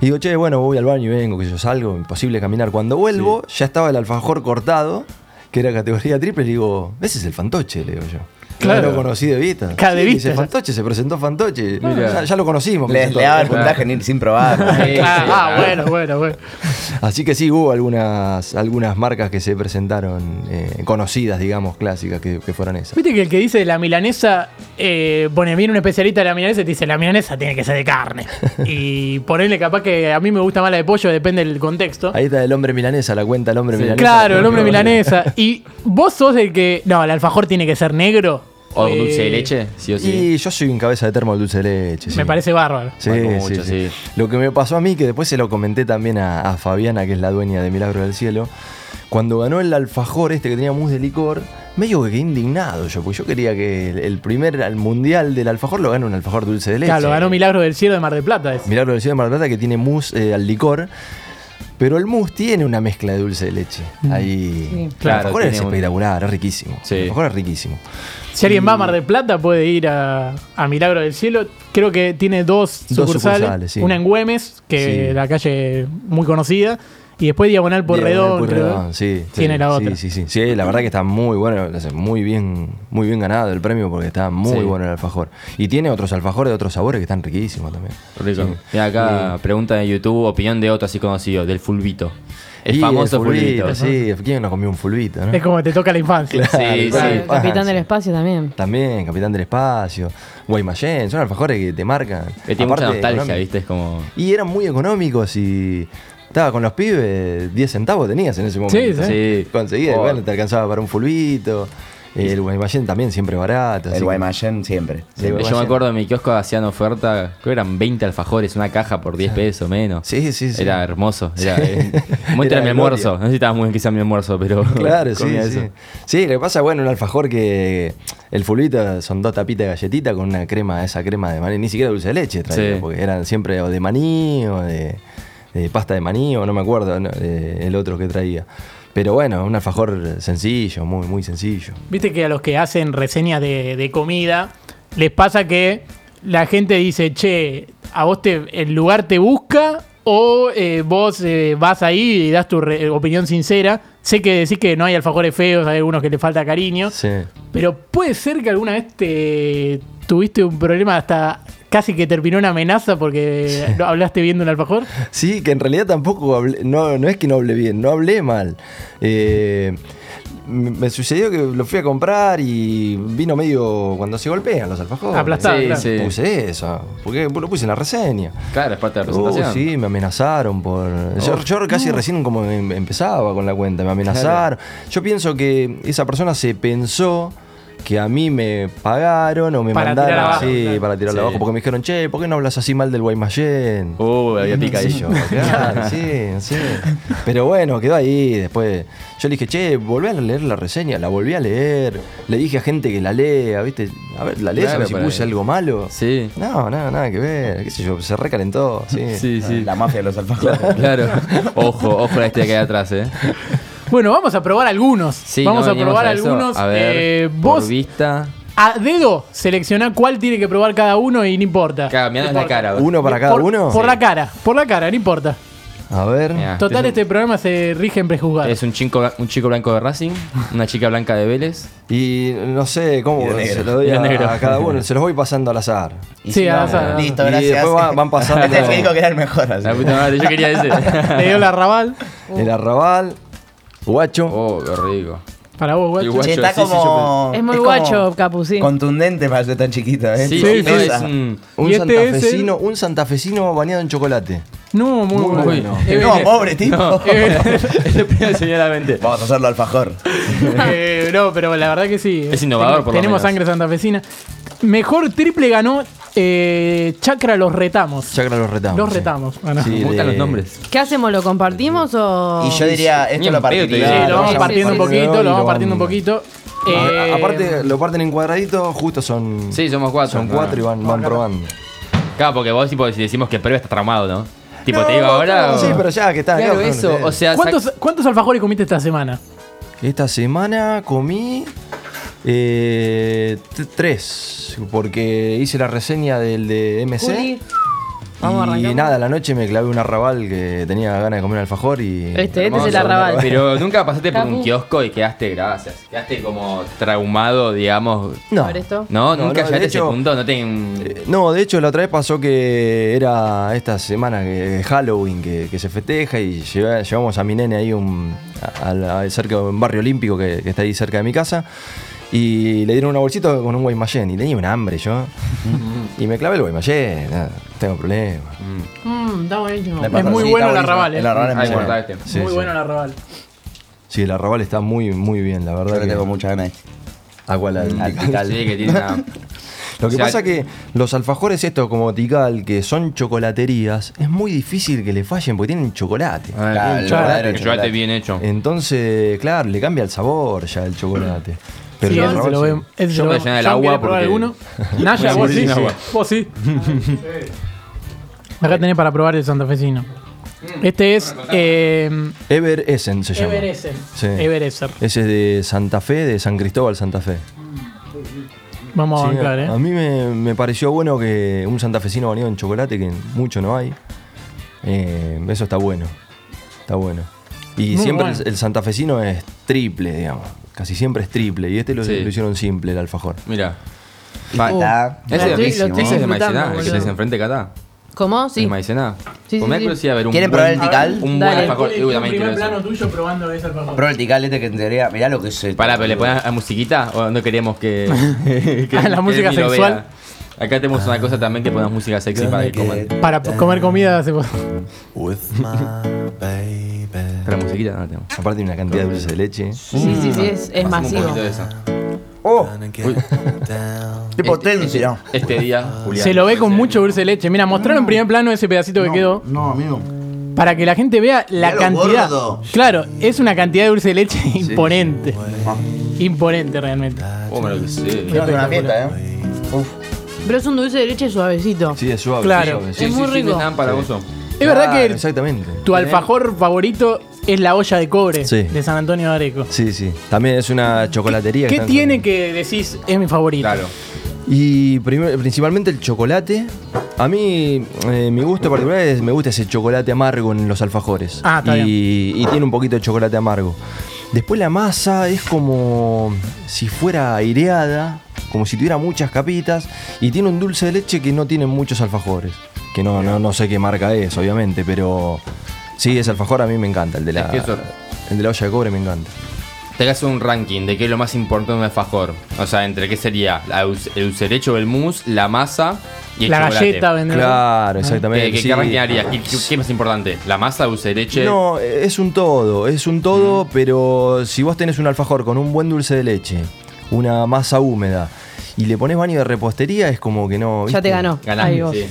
Speaker 4: Y digo, che, bueno, voy al baño y vengo, que yo salgo, imposible caminar. Cuando vuelvo, ya estaba el alfajor cortado, que era categoría triple, y digo, ese es el fantoche, le digo yo.
Speaker 1: Claro.
Speaker 4: Ya lo conocí de vista.
Speaker 1: Claro, de
Speaker 4: Sí,
Speaker 1: vista,
Speaker 4: dice
Speaker 1: ya.
Speaker 4: fantoche, se presentó fantoche.
Speaker 3: Mirá.
Speaker 4: Ya, ya lo conocimos.
Speaker 2: Le,
Speaker 4: presentó.
Speaker 2: le daba el puntaje ni- sin probar.
Speaker 1: Claro,
Speaker 3: Sí,
Speaker 1: ah,
Speaker 3: claro.
Speaker 1: bueno, bueno, bueno.
Speaker 4: Así que sí, hubo algunas, algunas marcas que se presentaron eh, conocidas, digamos, clásicas, que, que fueron esas.
Speaker 1: Viste que el que dice la milanesa, eh, pone bien un especialista de la milanesa y te dice, la milanesa tiene que ser de carne. y ponerle capaz que a mí me gusta más la de pollo, depende del contexto.
Speaker 4: Ahí está el hombre milanesa, la cuenta el hombre milanesa.
Speaker 1: ¿Ah? Claro, el hombre milanesa. Y vos sos el que. No, el alfajor tiene que ser negro.
Speaker 3: O
Speaker 1: Eh,
Speaker 3: dulce de leche, sí o sí.
Speaker 4: Y yo soy un cabeza de termo de dulce de leche. sí.
Speaker 1: Me parece bárbaro.
Speaker 4: Sí,
Speaker 3: Banco
Speaker 4: sí,
Speaker 3: mucho,
Speaker 4: sí.
Speaker 3: sí.
Speaker 4: Lo que me pasó a mí, que después se lo comenté también a, a Fabiana, que es la dueña de Milagro del Cielo, cuando ganó el alfajor este que tenía mousse de licor, medio que quedé indignado yo, porque yo quería que el, el primer al mundial del alfajor lo gane un alfajor dulce de leche.
Speaker 1: Claro, ganó Milagro del Cielo de Mar del Plata. ese.
Speaker 4: Milagro del Cielo de Mar del Plata que tiene mousse eh, al licor. Pero el mousse tiene una mezcla de dulce de leche. Ahí.
Speaker 5: Sí.
Speaker 3: Claro,
Speaker 4: el alfajor es
Speaker 3: tiene un-
Speaker 4: espectacular, es riquísimo.
Speaker 3: Sí.
Speaker 4: El alfajor es riquísimo.
Speaker 1: Si alguien va a Mar del Plata puede ir a, a Milagro del Cielo. Creo que tiene dos
Speaker 4: Dos
Speaker 1: sucursales.
Speaker 4: sucursales, sí.
Speaker 1: Una en Güemes, que
Speaker 4: Sí.
Speaker 1: la calle muy conocida. Y después Diagonal por
Speaker 4: Diagonal
Speaker 1: Redón.
Speaker 4: Pueyrredón,
Speaker 1: creo.
Speaker 4: sí, sí,
Speaker 1: Tiene la
Speaker 4: sí,
Speaker 1: otra.
Speaker 4: Sí, sí, sí, la verdad que está muy bueno, lo hace muy bien, muy bien ganado el premio porque está muy
Speaker 3: Sí.
Speaker 4: bueno el alfajor. Y tiene otros alfajores de otros sabores que están riquísimos también.
Speaker 3: Rico. Mira acá, pregunta de YouTube, opinión de otro así conocido, del fulbito. El
Speaker 4: Y
Speaker 3: famoso fulbito.
Speaker 4: Sí, ¿quién no comió un fulbito, no?
Speaker 1: Es como te toca la infancia.
Speaker 3: Sí,
Speaker 5: Claro,
Speaker 3: sí.
Speaker 5: el Capitán del
Speaker 4: sí.
Speaker 5: Espacio también.
Speaker 4: También, Capitán del Espacio, Guaymallén, son alfajores que te marcan.
Speaker 3: Que tiene mucha
Speaker 4: Aparte,
Speaker 3: nostalgia,
Speaker 4: económico.
Speaker 3: ¿viste? Es como.
Speaker 4: Y eran muy económicos y estaba con los pibes, 10 centavos tenías en ese momento.
Speaker 1: Sí,
Speaker 3: sí.
Speaker 4: Conseguías,
Speaker 3: Oh.
Speaker 4: bueno, te alcanzaba para un fulbito. El Guaymallén también siempre barato. así
Speaker 2: El
Speaker 4: que-
Speaker 2: Guaymallén siempre.
Speaker 3: Yo
Speaker 2: siempre.
Speaker 3: me acuerdo en mi kiosco hacían oferta, creo que eran 20 alfajores, una caja por 10 pesos menos.
Speaker 4: Sí, sí, sí.
Speaker 3: Era hermoso. Era, eh, muy
Speaker 4: Era
Speaker 3: era mi
Speaker 4: gloria.
Speaker 3: almuerzo. No sé si estabas muy bien que sea mi almuerzo, pero.
Speaker 4: Claro, sí,
Speaker 3: comía
Speaker 4: sí.
Speaker 3: eso.
Speaker 4: Sí, lo que pasa, bueno, un alfajor que. El fulbito son dos tapitas de galletita con una crema, esa crema de maní, ni siquiera dulce de leche traía,
Speaker 3: Sí.
Speaker 4: porque eran siempre o de maní o de, de pasta de maní, o no me acuerdo no, eh, el otro que traía. Pero bueno, un alfajor sencillo, muy, muy sencillo.
Speaker 1: Viste que a los que hacen reseñas de, de comida, les pasa que la gente dice, che, a vos te, el lugar te busca o eh, vos eh, vas ahí y das tu re- opinión sincera. Sé que decís que no hay alfajores feos, hay algunos que le falta cariño,
Speaker 4: Sí.
Speaker 1: pero puede ser que alguna vez te tuviste un problema hasta casi que terminó una amenaza porque no hablaste bien de un alfajor.
Speaker 4: Sí, que en realidad tampoco hablé- no, no es que no hablé bien, no hablé mal. Eh, me me sucedió que lo fui a comprar y vino medio cuando se golpean los alfajores.
Speaker 1: Aplastado,
Speaker 3: Sí,
Speaker 1: claro.
Speaker 3: sí.
Speaker 4: Puse eso, porque lo puse en la reseña.
Speaker 3: Claro, es parte de la
Speaker 4: Oh,
Speaker 3: presentación.
Speaker 4: sí, me amenazaron por.
Speaker 1: Oh.
Speaker 4: Yo, yo casi recién como em- empezaba con la cuenta, me amenazaron. Yo pienso que esa persona se pensó que a mí me pagaron o me
Speaker 1: Para
Speaker 4: mandaron
Speaker 1: tirar abajo,
Speaker 4: sí,
Speaker 1: claro.
Speaker 4: para tirarlo
Speaker 3: Sí.
Speaker 4: abajo, porque me dijeron, che, ¿por qué no hablas así mal del Guaymallén?
Speaker 3: Uh, había picadillo.
Speaker 4: Claro, sí, sí. Pero bueno, quedó ahí. Después yo le dije, che, volví a leer la reseña, la volví a leer. Le dije a gente que la lea, ¿viste? A ver, ¿la lees
Speaker 3: Claro,
Speaker 4: a ver si
Speaker 3: para-
Speaker 4: puse algo malo?
Speaker 3: Sí.
Speaker 4: No, nada, nada que ver. ¿Qué sé yo? Se recalentó. Sí.
Speaker 3: Sí, sí.
Speaker 2: La mafia de los alfajores.
Speaker 3: Claro. Ojo, ojo a este que hay atrás, eh.
Speaker 1: Bueno, vamos a probar algunos.
Speaker 3: Sí,
Speaker 1: vamos a
Speaker 3: no veníamos
Speaker 1: probar
Speaker 3: eso.
Speaker 1: algunos.
Speaker 3: A ver,
Speaker 1: Eh,
Speaker 3: por
Speaker 1: vos
Speaker 3: vista.
Speaker 1: A dedo seleccioná cuál tiene que probar cada uno y no importa.
Speaker 3: Claro, mirá la cara. vos.
Speaker 4: ¿Uno para cada
Speaker 1: por,
Speaker 4: uno?
Speaker 1: Por la cara, por la cara, no importa.
Speaker 4: A ver.
Speaker 3: Mirá.
Speaker 1: Total, este programa se rige en prejuzgar.
Speaker 3: Es un chico, un chico blanco de Racing, una chica blanca de Vélez.
Speaker 4: Y no sé cómo
Speaker 2: Y de negro.
Speaker 4: se lo doy
Speaker 3: Y de
Speaker 4: a,
Speaker 3: negro.
Speaker 4: a cada uno. Se los voy pasando al azar.
Speaker 2: Y
Speaker 1: Sí,
Speaker 2: si no,
Speaker 1: ah, o sea,
Speaker 2: listo,
Speaker 4: y
Speaker 2: gracias.
Speaker 4: después va- van pasando-
Speaker 2: Este es el que dijo que era el mejor. así.
Speaker 3: La puta madre, yo quería ese.
Speaker 1: Le dio la rabal.
Speaker 4: El arrabal. Guacho.
Speaker 3: oh, qué rico.
Speaker 1: Para vos, guacho.
Speaker 3: Igual.
Speaker 2: Che,
Speaker 3: Guacho,
Speaker 2: está
Speaker 3: sí, sí, yo
Speaker 2: como.
Speaker 5: Es muy
Speaker 2: como
Speaker 5: guacho, Capu, sí.
Speaker 2: Contundente para ser tan chiquita, ¿eh?
Speaker 3: Sí,
Speaker 1: sí,
Speaker 3: sí,
Speaker 1: sí.
Speaker 3: no, es
Speaker 2: Esa.
Speaker 3: un-
Speaker 4: Un
Speaker 1: Y este es el-
Speaker 4: santafesino, un santafesino bañado en chocolate.
Speaker 1: No, muy,
Speaker 4: Muy
Speaker 1: bueno.
Speaker 4: bueno.
Speaker 1: Eh,
Speaker 2: No,
Speaker 1: eh,
Speaker 2: pobre tipo.
Speaker 3: No, es lo primero que se me viene a la mente.
Speaker 2: Vamos a hacerlo al fajor.
Speaker 1: eh, no, pero la verdad que sí.
Speaker 3: Es innovador, por lo
Speaker 1: Tenemos
Speaker 3: menos.
Speaker 1: sangre santafesina. Mejor triple ganó eh, Chacra Los Retamos.
Speaker 4: Chacra los retamos.
Speaker 1: Los
Speaker 4: sí.
Speaker 1: Retamos. Bueno.
Speaker 4: Sí,
Speaker 3: Me gustan
Speaker 4: de-
Speaker 3: los nombres.
Speaker 5: ¿Qué hacemos? ¿Lo compartimos o.?
Speaker 2: Y yo diría,
Speaker 3: Ni
Speaker 2: esto
Speaker 3: en
Speaker 2: lo
Speaker 3: pedo te
Speaker 2: partiría.
Speaker 3: digo.
Speaker 1: Sí,
Speaker 3: Ah,
Speaker 1: lo vamos
Speaker 5: sí,
Speaker 1: partiendo un
Speaker 5: sí,
Speaker 4: sí.
Speaker 1: poquito, lo vamos
Speaker 4: Y
Speaker 1: partiendo un
Speaker 4: vamos-
Speaker 1: poquito.
Speaker 4: A-
Speaker 1: Eh,
Speaker 4: aparte, lo parten en cuadraditos, justo son.
Speaker 3: Sí, somos cuatro.
Speaker 4: Son cuatro y van, van probando.
Speaker 3: Claro, porque vos, tipo, si decimos que prueba estás traumado, ¿no? Tipo, te digo ahora. o-
Speaker 4: Sí, pero ya que está.
Speaker 3: Claro,
Speaker 4: ya,
Speaker 3: eso.
Speaker 4: perdón,
Speaker 3: O sea,
Speaker 1: ¿cuántos, ¿Cuántos alfajores comiste esta semana?
Speaker 4: Esta semana comí. eh, t- tres. Porque hice la reseña del de MC.
Speaker 5: Juli, vamos
Speaker 4: y
Speaker 5: arrancando.
Speaker 4: nada, a la noche me clavé un arrabal que tenía ganas de comer alfajor y.
Speaker 5: Este, este es el
Speaker 3: Hermoso,
Speaker 5: arrabal.
Speaker 3: Pero nunca pasaste por un
Speaker 5: Capu.
Speaker 3: kiosco y quedaste, gracias. Quedaste como traumado, digamos.
Speaker 4: No.
Speaker 5: A ver esto.
Speaker 3: No,
Speaker 4: No,
Speaker 3: nunca
Speaker 4: no,
Speaker 3: llegaste
Speaker 4: de
Speaker 3: a ese
Speaker 4: hecho-
Speaker 3: punto, no te. un-
Speaker 4: Eh, No, de hecho la otra vez pasó que era esta semana que Halloween que, que se festeja y lleva- llevamos a mi nene ahí un, a- a- a- cerca de un barrio olímpico que, que está ahí cerca de mi casa y le dieron una bolsita con un guaymallén y tenía un hambre yo y me clavé el guaymallén, nada, tengo problema.
Speaker 5: Mm, está buenísimo.
Speaker 1: Es muy
Speaker 2: Sí,
Speaker 1: bueno
Speaker 2: está
Speaker 1: el
Speaker 2: buenísimo.
Speaker 1: arrabal, ¿eh?
Speaker 2: El arrabal es
Speaker 3: Ahí
Speaker 2: muy bueno.
Speaker 3: cortaste.
Speaker 4: Sí,
Speaker 1: Muy
Speaker 4: sí.
Speaker 1: bueno el arrabal.
Speaker 4: Sí, el arrabal está muy muy bien, la
Speaker 2: Yo
Speaker 4: verdad.
Speaker 2: le
Speaker 4: que-
Speaker 2: tengo Mm. mucha ganas.
Speaker 4: ¿A cuál? Al-
Speaker 2: Al Tical.
Speaker 3: Sí, que tiene una.
Speaker 4: Lo que
Speaker 3: O sea,
Speaker 4: pasa que los alfajores estos como Tical, que son chocolaterías, es muy difícil que le fallen porque tienen chocolate. eh,
Speaker 3: Ah,
Speaker 2: Claro,
Speaker 3: un
Speaker 2: el
Speaker 3: chocolate,
Speaker 2: verdadero
Speaker 3: un chocolate
Speaker 2: chocolate.
Speaker 3: bien hecho.
Speaker 4: Entonces, claro, le cambia el sabor ya el chocolate. Pero
Speaker 1: Sí,
Speaker 4: el
Speaker 1: ese
Speaker 4: arroz
Speaker 1: se lo
Speaker 4: sí.
Speaker 1: ve- ese se
Speaker 3: Yo
Speaker 1: lo
Speaker 3: voy a
Speaker 1: ve-
Speaker 3: llenar el
Speaker 1: John,
Speaker 3: agua
Speaker 1: ¿querés probar
Speaker 3: porque-
Speaker 1: alguno? Naya,
Speaker 3: Voy
Speaker 1: vos
Speaker 3: a
Speaker 1: sí.
Speaker 3: morir sin agua.
Speaker 1: Vos sí. Acá tenés para probar el santafesino. Este es eh,
Speaker 4: Ever Essen se llama.
Speaker 1: Everesser.
Speaker 4: Sí.
Speaker 1: Everesser.
Speaker 4: Ese es de Santa Fe, de San Cristóbal, Santa Fe.
Speaker 1: Vamos a
Speaker 4: Sí,
Speaker 1: anclar,
Speaker 4: a
Speaker 1: ¿eh?
Speaker 4: mí me, me pareció bueno que un santafesino bañado en chocolate, que mucho no hay. Eh, eso está bueno. Está bueno. Y
Speaker 1: Muy
Speaker 4: siempre
Speaker 1: bueno.
Speaker 4: El, el santafesino es triple, digamos. Casi siempre es triple. Y este lo,
Speaker 3: Sí.
Speaker 4: lo hicieron simple, el alfajor.
Speaker 3: Mira.
Speaker 2: Está.
Speaker 3: Ese
Speaker 5: estoy-
Speaker 3: es riquísimo.
Speaker 5: lo estoy
Speaker 3: Ese es de
Speaker 5: disfrutando,
Speaker 3: maicena, el que
Speaker 5: boludo.
Speaker 3: tenés enfrente acá.
Speaker 5: ¿Cómo?
Speaker 3: Sí.
Speaker 5: Sí.
Speaker 3: Es maicena.
Speaker 5: Sí, sí,
Speaker 3: Pues me da
Speaker 5: sí.
Speaker 3: curiosidad ver un
Speaker 2: ¿Quieren
Speaker 3: buen-
Speaker 2: probar el Tical?
Speaker 3: Un buen
Speaker 5: Dale.
Speaker 3: alfajor. Yo también quiero eso.
Speaker 1: tuyo probando ese alfajor.
Speaker 2: Pero el Tical este que en teoría. Mirá lo que es.
Speaker 3: Pará, pero le pones a musiquita o no queríamos que. que-
Speaker 1: Ah, la
Speaker 3: que
Speaker 1: música
Speaker 3: Emi lo
Speaker 1: sexual.
Speaker 3: vea? Acá tenemos una cosa también que ponemos música sexy para que coman.
Speaker 1: Para p- comer comida se puede.
Speaker 6: with my baby.
Speaker 3: Otra musiquita no la tenemos.
Speaker 4: Aparte tiene una cantidad de dulce de leche.
Speaker 5: Sí, sí, sí, es, es
Speaker 3: Un
Speaker 5: masivo.
Speaker 3: poquito de esa.
Speaker 2: ¡Oh!
Speaker 6: Gonna get down.
Speaker 3: Eh,
Speaker 2: ¡Qué potencia! No.
Speaker 3: Este día, Julián.
Speaker 1: Se lo ve con mucho dulce de leche. Mira, mostraron en primer plano ese pedacito que
Speaker 3: eh.
Speaker 1: quedó.
Speaker 2: No, amigo.
Speaker 1: Para que la gente vea la
Speaker 2: Mirá lo
Speaker 1: cantidad.
Speaker 2: gordo.
Speaker 1: Claro, es una cantidad de dulce de leche imponente. Imponente realmente.
Speaker 3: Oh, me lo que sé.
Speaker 2: Quiero hacer una fiesta, ¿eh? Uf.
Speaker 5: Pero es un dulce de leche suavecito.
Speaker 4: Sí, es suave.
Speaker 1: Claro.
Speaker 4: suave,
Speaker 5: Es muy rico.
Speaker 3: estaban para vos. son.
Speaker 1: Es verdad que
Speaker 4: Claro,
Speaker 1: el-
Speaker 4: Exactamente.
Speaker 1: tu alfajor favorito es la olla de cobre
Speaker 4: Sí.
Speaker 1: de San Antonio de Areco.
Speaker 4: Sí, sí. También es una chocolatería.
Speaker 1: ¿Qué
Speaker 4: que está en-
Speaker 1: tiene que decís es mi favorito?
Speaker 3: Claro.
Speaker 4: Y primer- principalmente el chocolate. A mí, eh, mi gusto particular es, me gusta ese chocolate amargo en los alfajores.
Speaker 1: Ah, está
Speaker 4: y, y tiene un poquito de chocolate amargo. Después la masa es como si fuera aireada, como si tuviera muchas capitas. Y tiene un dulce de leche que no tienen muchos alfajores. Que no, no, no sé qué marca es, obviamente, pero sí, ese alfajor a mí me encanta. El de la,
Speaker 3: Es que eso-
Speaker 4: el de la olla de cobre me encanta.
Speaker 3: Te hagas un ranking de qué es lo más importante de un alfajor. O sea, entre qué sería La dulce- el dulce de leche o el mousse, la masa y el
Speaker 1: la
Speaker 3: chocolate.
Speaker 1: galleta vendrá.
Speaker 4: Claro, exactamente.
Speaker 3: ¿Qué, qué,
Speaker 4: sí.
Speaker 3: qué ranking harías? ¿Qué, qué- qué es más importante? ¿La masa, dulce de leche?
Speaker 4: No, es un todo, es un todo,
Speaker 3: Mm.
Speaker 4: pero si vos tenés un alfajor con un buen dulce de leche, una masa húmeda, y le pones baño de repostería, es como que no.
Speaker 5: Ya te
Speaker 4: ¿viste?
Speaker 5: ganó.
Speaker 3: Ganás,
Speaker 5: Ahí vos.
Speaker 3: sí.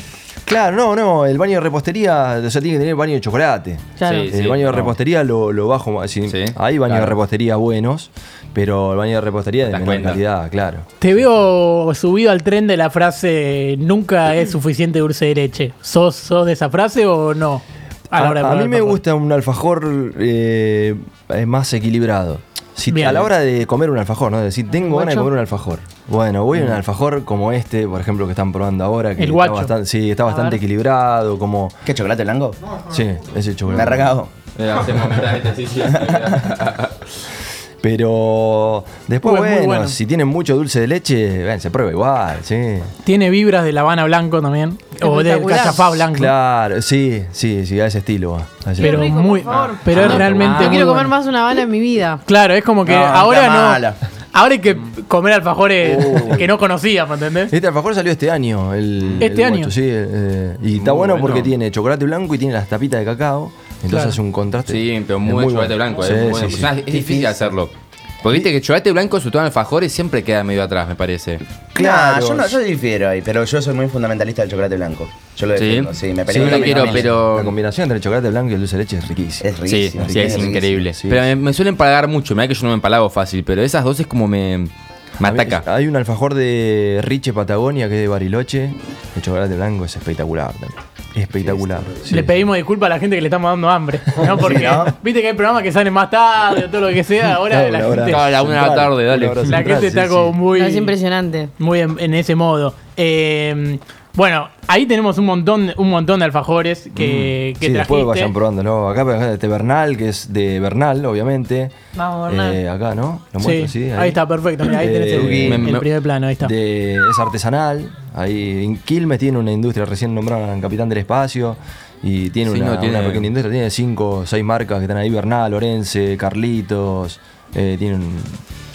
Speaker 4: Claro, no, no, el baño de repostería, o sea, tiene que tener baño de chocolate.
Speaker 5: Claro.
Speaker 3: Sí,
Speaker 4: el baño de
Speaker 3: no.
Speaker 4: repostería lo, lo bajo más. sí,
Speaker 3: Sí,
Speaker 4: hay baños
Speaker 3: claro.
Speaker 4: de repostería buenos, pero el baño de repostería de
Speaker 3: das
Speaker 4: menor
Speaker 3: cuenta.
Speaker 4: calidad, claro.
Speaker 1: Te veo subido al tren de la frase nunca es suficiente dulce de leche. ¿Sos, sos de esa frase o Ah, no? A, la hora de probar
Speaker 4: mí
Speaker 1: el
Speaker 4: me
Speaker 1: alfajor.
Speaker 4: gusta un alfajor eh, más equilibrado. Si-
Speaker 1: Bien.
Speaker 4: a la hora de comer un alfajor, ¿no? Es decir, tengo ganas de
Speaker 5: Guacho.
Speaker 4: comer un alfajor. Bueno, voy a un alfajor como este, por ejemplo, que están probando ahora. Que
Speaker 1: Mm. El
Speaker 4: está
Speaker 1: guacho.
Speaker 4: bastante- sí, está
Speaker 5: ver.
Speaker 4: bastante equilibrado, como...
Speaker 2: ¿Qué chocolate blanco?
Speaker 4: Sí, ese
Speaker 2: Me
Speaker 4: chocolate.
Speaker 2: ha regado.
Speaker 3: Eh, hacemos mitad de este, sí, sí.
Speaker 4: Pero después,
Speaker 1: Uy, es muy
Speaker 4: bueno,
Speaker 1: bueno.
Speaker 4: si tienen mucho dulce de leche, bueno, se prueba igual, sí.
Speaker 1: Tiene vibras de La Habana Blanco también. o como del
Speaker 5: espectacular.
Speaker 1: cachafá Ah, blanco.
Speaker 4: Claro, sí, sí, sí, a ese estilo. va, a ese
Speaker 1: Pero
Speaker 5: rico, por
Speaker 1: muy.
Speaker 5: favor.
Speaker 1: Pero es
Speaker 5: No,
Speaker 1: realmente.
Speaker 5: Yo
Speaker 1: muy
Speaker 5: quiero
Speaker 1: bueno.
Speaker 5: comer más una bala en mi vida.
Speaker 1: Claro, es como que
Speaker 2: No, está
Speaker 1: ahora no.
Speaker 2: mala.
Speaker 1: Ahora hay que
Speaker 4: Mm.
Speaker 1: comer alfajores
Speaker 4: Uy.
Speaker 1: que no conocías, ¿me entendés?
Speaker 4: Este alfajor salió este año. El,
Speaker 1: Este
Speaker 4: el
Speaker 1: año.
Speaker 4: guacho, sí, eh, y está
Speaker 3: Muy
Speaker 4: bueno,
Speaker 3: bueno.
Speaker 4: porque tiene chocolate blanco y tiene las tapitas de cacao. Entonces
Speaker 1: Claro.
Speaker 4: hace un contraste.
Speaker 3: Sí, pero
Speaker 4: Es
Speaker 3: muy, chocolate
Speaker 4: bueno.
Speaker 3: blanco.
Speaker 4: Sí,
Speaker 3: eh,
Speaker 4: sí,
Speaker 3: bueno.
Speaker 4: sí.
Speaker 3: O sea, es difícil hacerlo. Porque viste que chocolate blanco, sobre todo en alfajores, siempre queda medio atrás, me parece.
Speaker 2: Claro, yo, no,
Speaker 4: sí.
Speaker 2: yo difiero ahí, pero yo soy muy fundamentalista del chocolate blanco. Yo lo
Speaker 3: Sí.
Speaker 2: defiendo, sí, me
Speaker 3: Sí,
Speaker 2: peleo con mi
Speaker 3: quiero,
Speaker 2: familia.
Speaker 3: pero-
Speaker 4: La combinación entre el chocolate blanco y el dulce de leche es riquísima.
Speaker 2: Es riquísimo.
Speaker 3: sí, sí, es
Speaker 2: riquísimo.
Speaker 3: increíble.
Speaker 4: sí.
Speaker 3: Pero me, me suelen pagar mucho, mira que yo no me empalago fácil, pero esas dos es como me, me
Speaker 4: A mí-
Speaker 3: ataca.
Speaker 4: Hay un alfajor de Riche Patagonia que es de Bariloche. El chocolate blanco es espectacular también. Espectacular. sí.
Speaker 1: le pedimos disculpas a la gente que le estamos dando hambre. ¿no? Porque
Speaker 2: ¿no?
Speaker 1: viste que hay programas que salen más tarde o todo lo que sea. Ahora
Speaker 4: Claro,
Speaker 1: la
Speaker 4: hora
Speaker 1: gente,
Speaker 3: Claro, a la una de la
Speaker 4: central,
Speaker 3: tarde, dale.
Speaker 4: una hora
Speaker 3: La
Speaker 1: la
Speaker 4: central,
Speaker 1: gente
Speaker 4: sí,
Speaker 1: está
Speaker 4: sí.
Speaker 1: como muy.
Speaker 5: No, es impresionante.
Speaker 1: Muy en, en ese modo. Eh, bueno, ahí tenemos un montón, un montón de alfajores que, que
Speaker 4: Mm. sí, después
Speaker 1: trajiste.
Speaker 4: vayan probando, ¿no? Acá acá este Bernal, que es de Bernal, obviamente.
Speaker 5: Vamos, Bernal.
Speaker 4: Eh, acá, ¿no? Lo
Speaker 1: Sí,
Speaker 4: muestro, sí.
Speaker 1: ahí. está, perfecto. Mirá, ahí tenés el,
Speaker 4: Eh,
Speaker 1: el
Speaker 3: me- me-
Speaker 1: primer plano, ahí está.
Speaker 4: de- es artesanal. Ahí en Quilmes tiene una industria, recién nombraron Capitán del Espacio. Y tiene,
Speaker 3: Sí,
Speaker 4: una,
Speaker 3: no, tiene-
Speaker 4: una pequeña industria, tiene cinco, seis marcas que están ahí, Bernal, Orense, Carlitos, eh, tienen...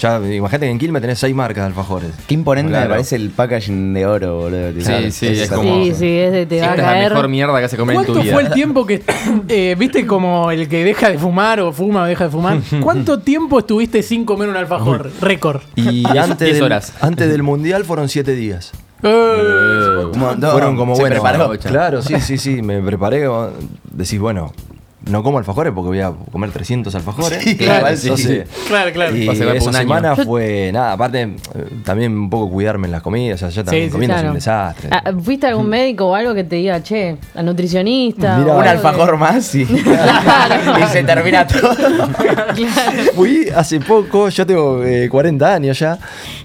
Speaker 4: Ya, imagínate que en Quilmes tenés seis marcas de alfajores.
Speaker 2: Qué imponente
Speaker 4: Claro.
Speaker 2: me parece el packaging de oro, boludo. tío.
Speaker 3: Sí,
Speaker 2: Claro,
Speaker 3: sí, es
Speaker 2: esa-
Speaker 3: como-
Speaker 5: Sí, sí, es de te va
Speaker 3: Esta
Speaker 5: a
Speaker 3: es la
Speaker 5: caer.
Speaker 3: mejor mierda que se come en tu
Speaker 1: ¿Cuánto
Speaker 3: vida.
Speaker 1: fue el tiempo que eh, viste como el que deja de fumar o fuma o deja de fumar? ¿Cuánto tiempo estuviste sin comer un alfajor? Récord.
Speaker 4: Y
Speaker 3: Diez-
Speaker 4: antes,
Speaker 3: diez
Speaker 4: del,
Speaker 3: horas.
Speaker 4: antes del Mundial fueron siete días.
Speaker 1: Eh,
Speaker 2: Un montón.
Speaker 4: Fueron como
Speaker 2: Se
Speaker 4: bueno.
Speaker 2: preparó.
Speaker 4: Claro, sí, sí, sí. Me preparé. como- Decís, bueno, no como alfajores porque voy a comer 300 alfajores.
Speaker 2: Sí, claro, sí.
Speaker 4: Entonces,
Speaker 1: Claro, claro.
Speaker 4: Y
Speaker 3: Vas a comer por
Speaker 4: esa
Speaker 3: un año.
Speaker 4: semana fue nada. Aparte, eh, también un poco cuidarme en las comidas. O sea, yo también
Speaker 1: sí,
Speaker 4: comiendo
Speaker 5: claro.
Speaker 4: es un desastre. Mm.
Speaker 5: Ah, ¿Fuiste a algún médico o algo que te diga, che, al nutricionista?
Speaker 4: Mirá,
Speaker 5: o
Speaker 2: Un
Speaker 5: algo
Speaker 2: alfajor más y, y se termina todo.
Speaker 5: que- Claro.
Speaker 4: Fui hace poco, yo tengo eh, 40 años ya,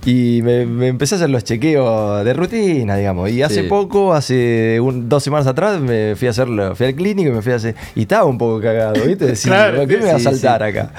Speaker 4: y me, me empecé a hacer los chequeos de rutina, digamos. Y hace
Speaker 3: Sí.
Speaker 4: poco, hace un- dos semanas atrás, me fui a hacerlo, fui al clínico y me fui a hacer. Y estaba un poco cagado, ¿viste? Decir,
Speaker 1: Claro,
Speaker 4: ¿qué
Speaker 1: sí,
Speaker 4: me va a
Speaker 1: sí,
Speaker 4: saltar acá?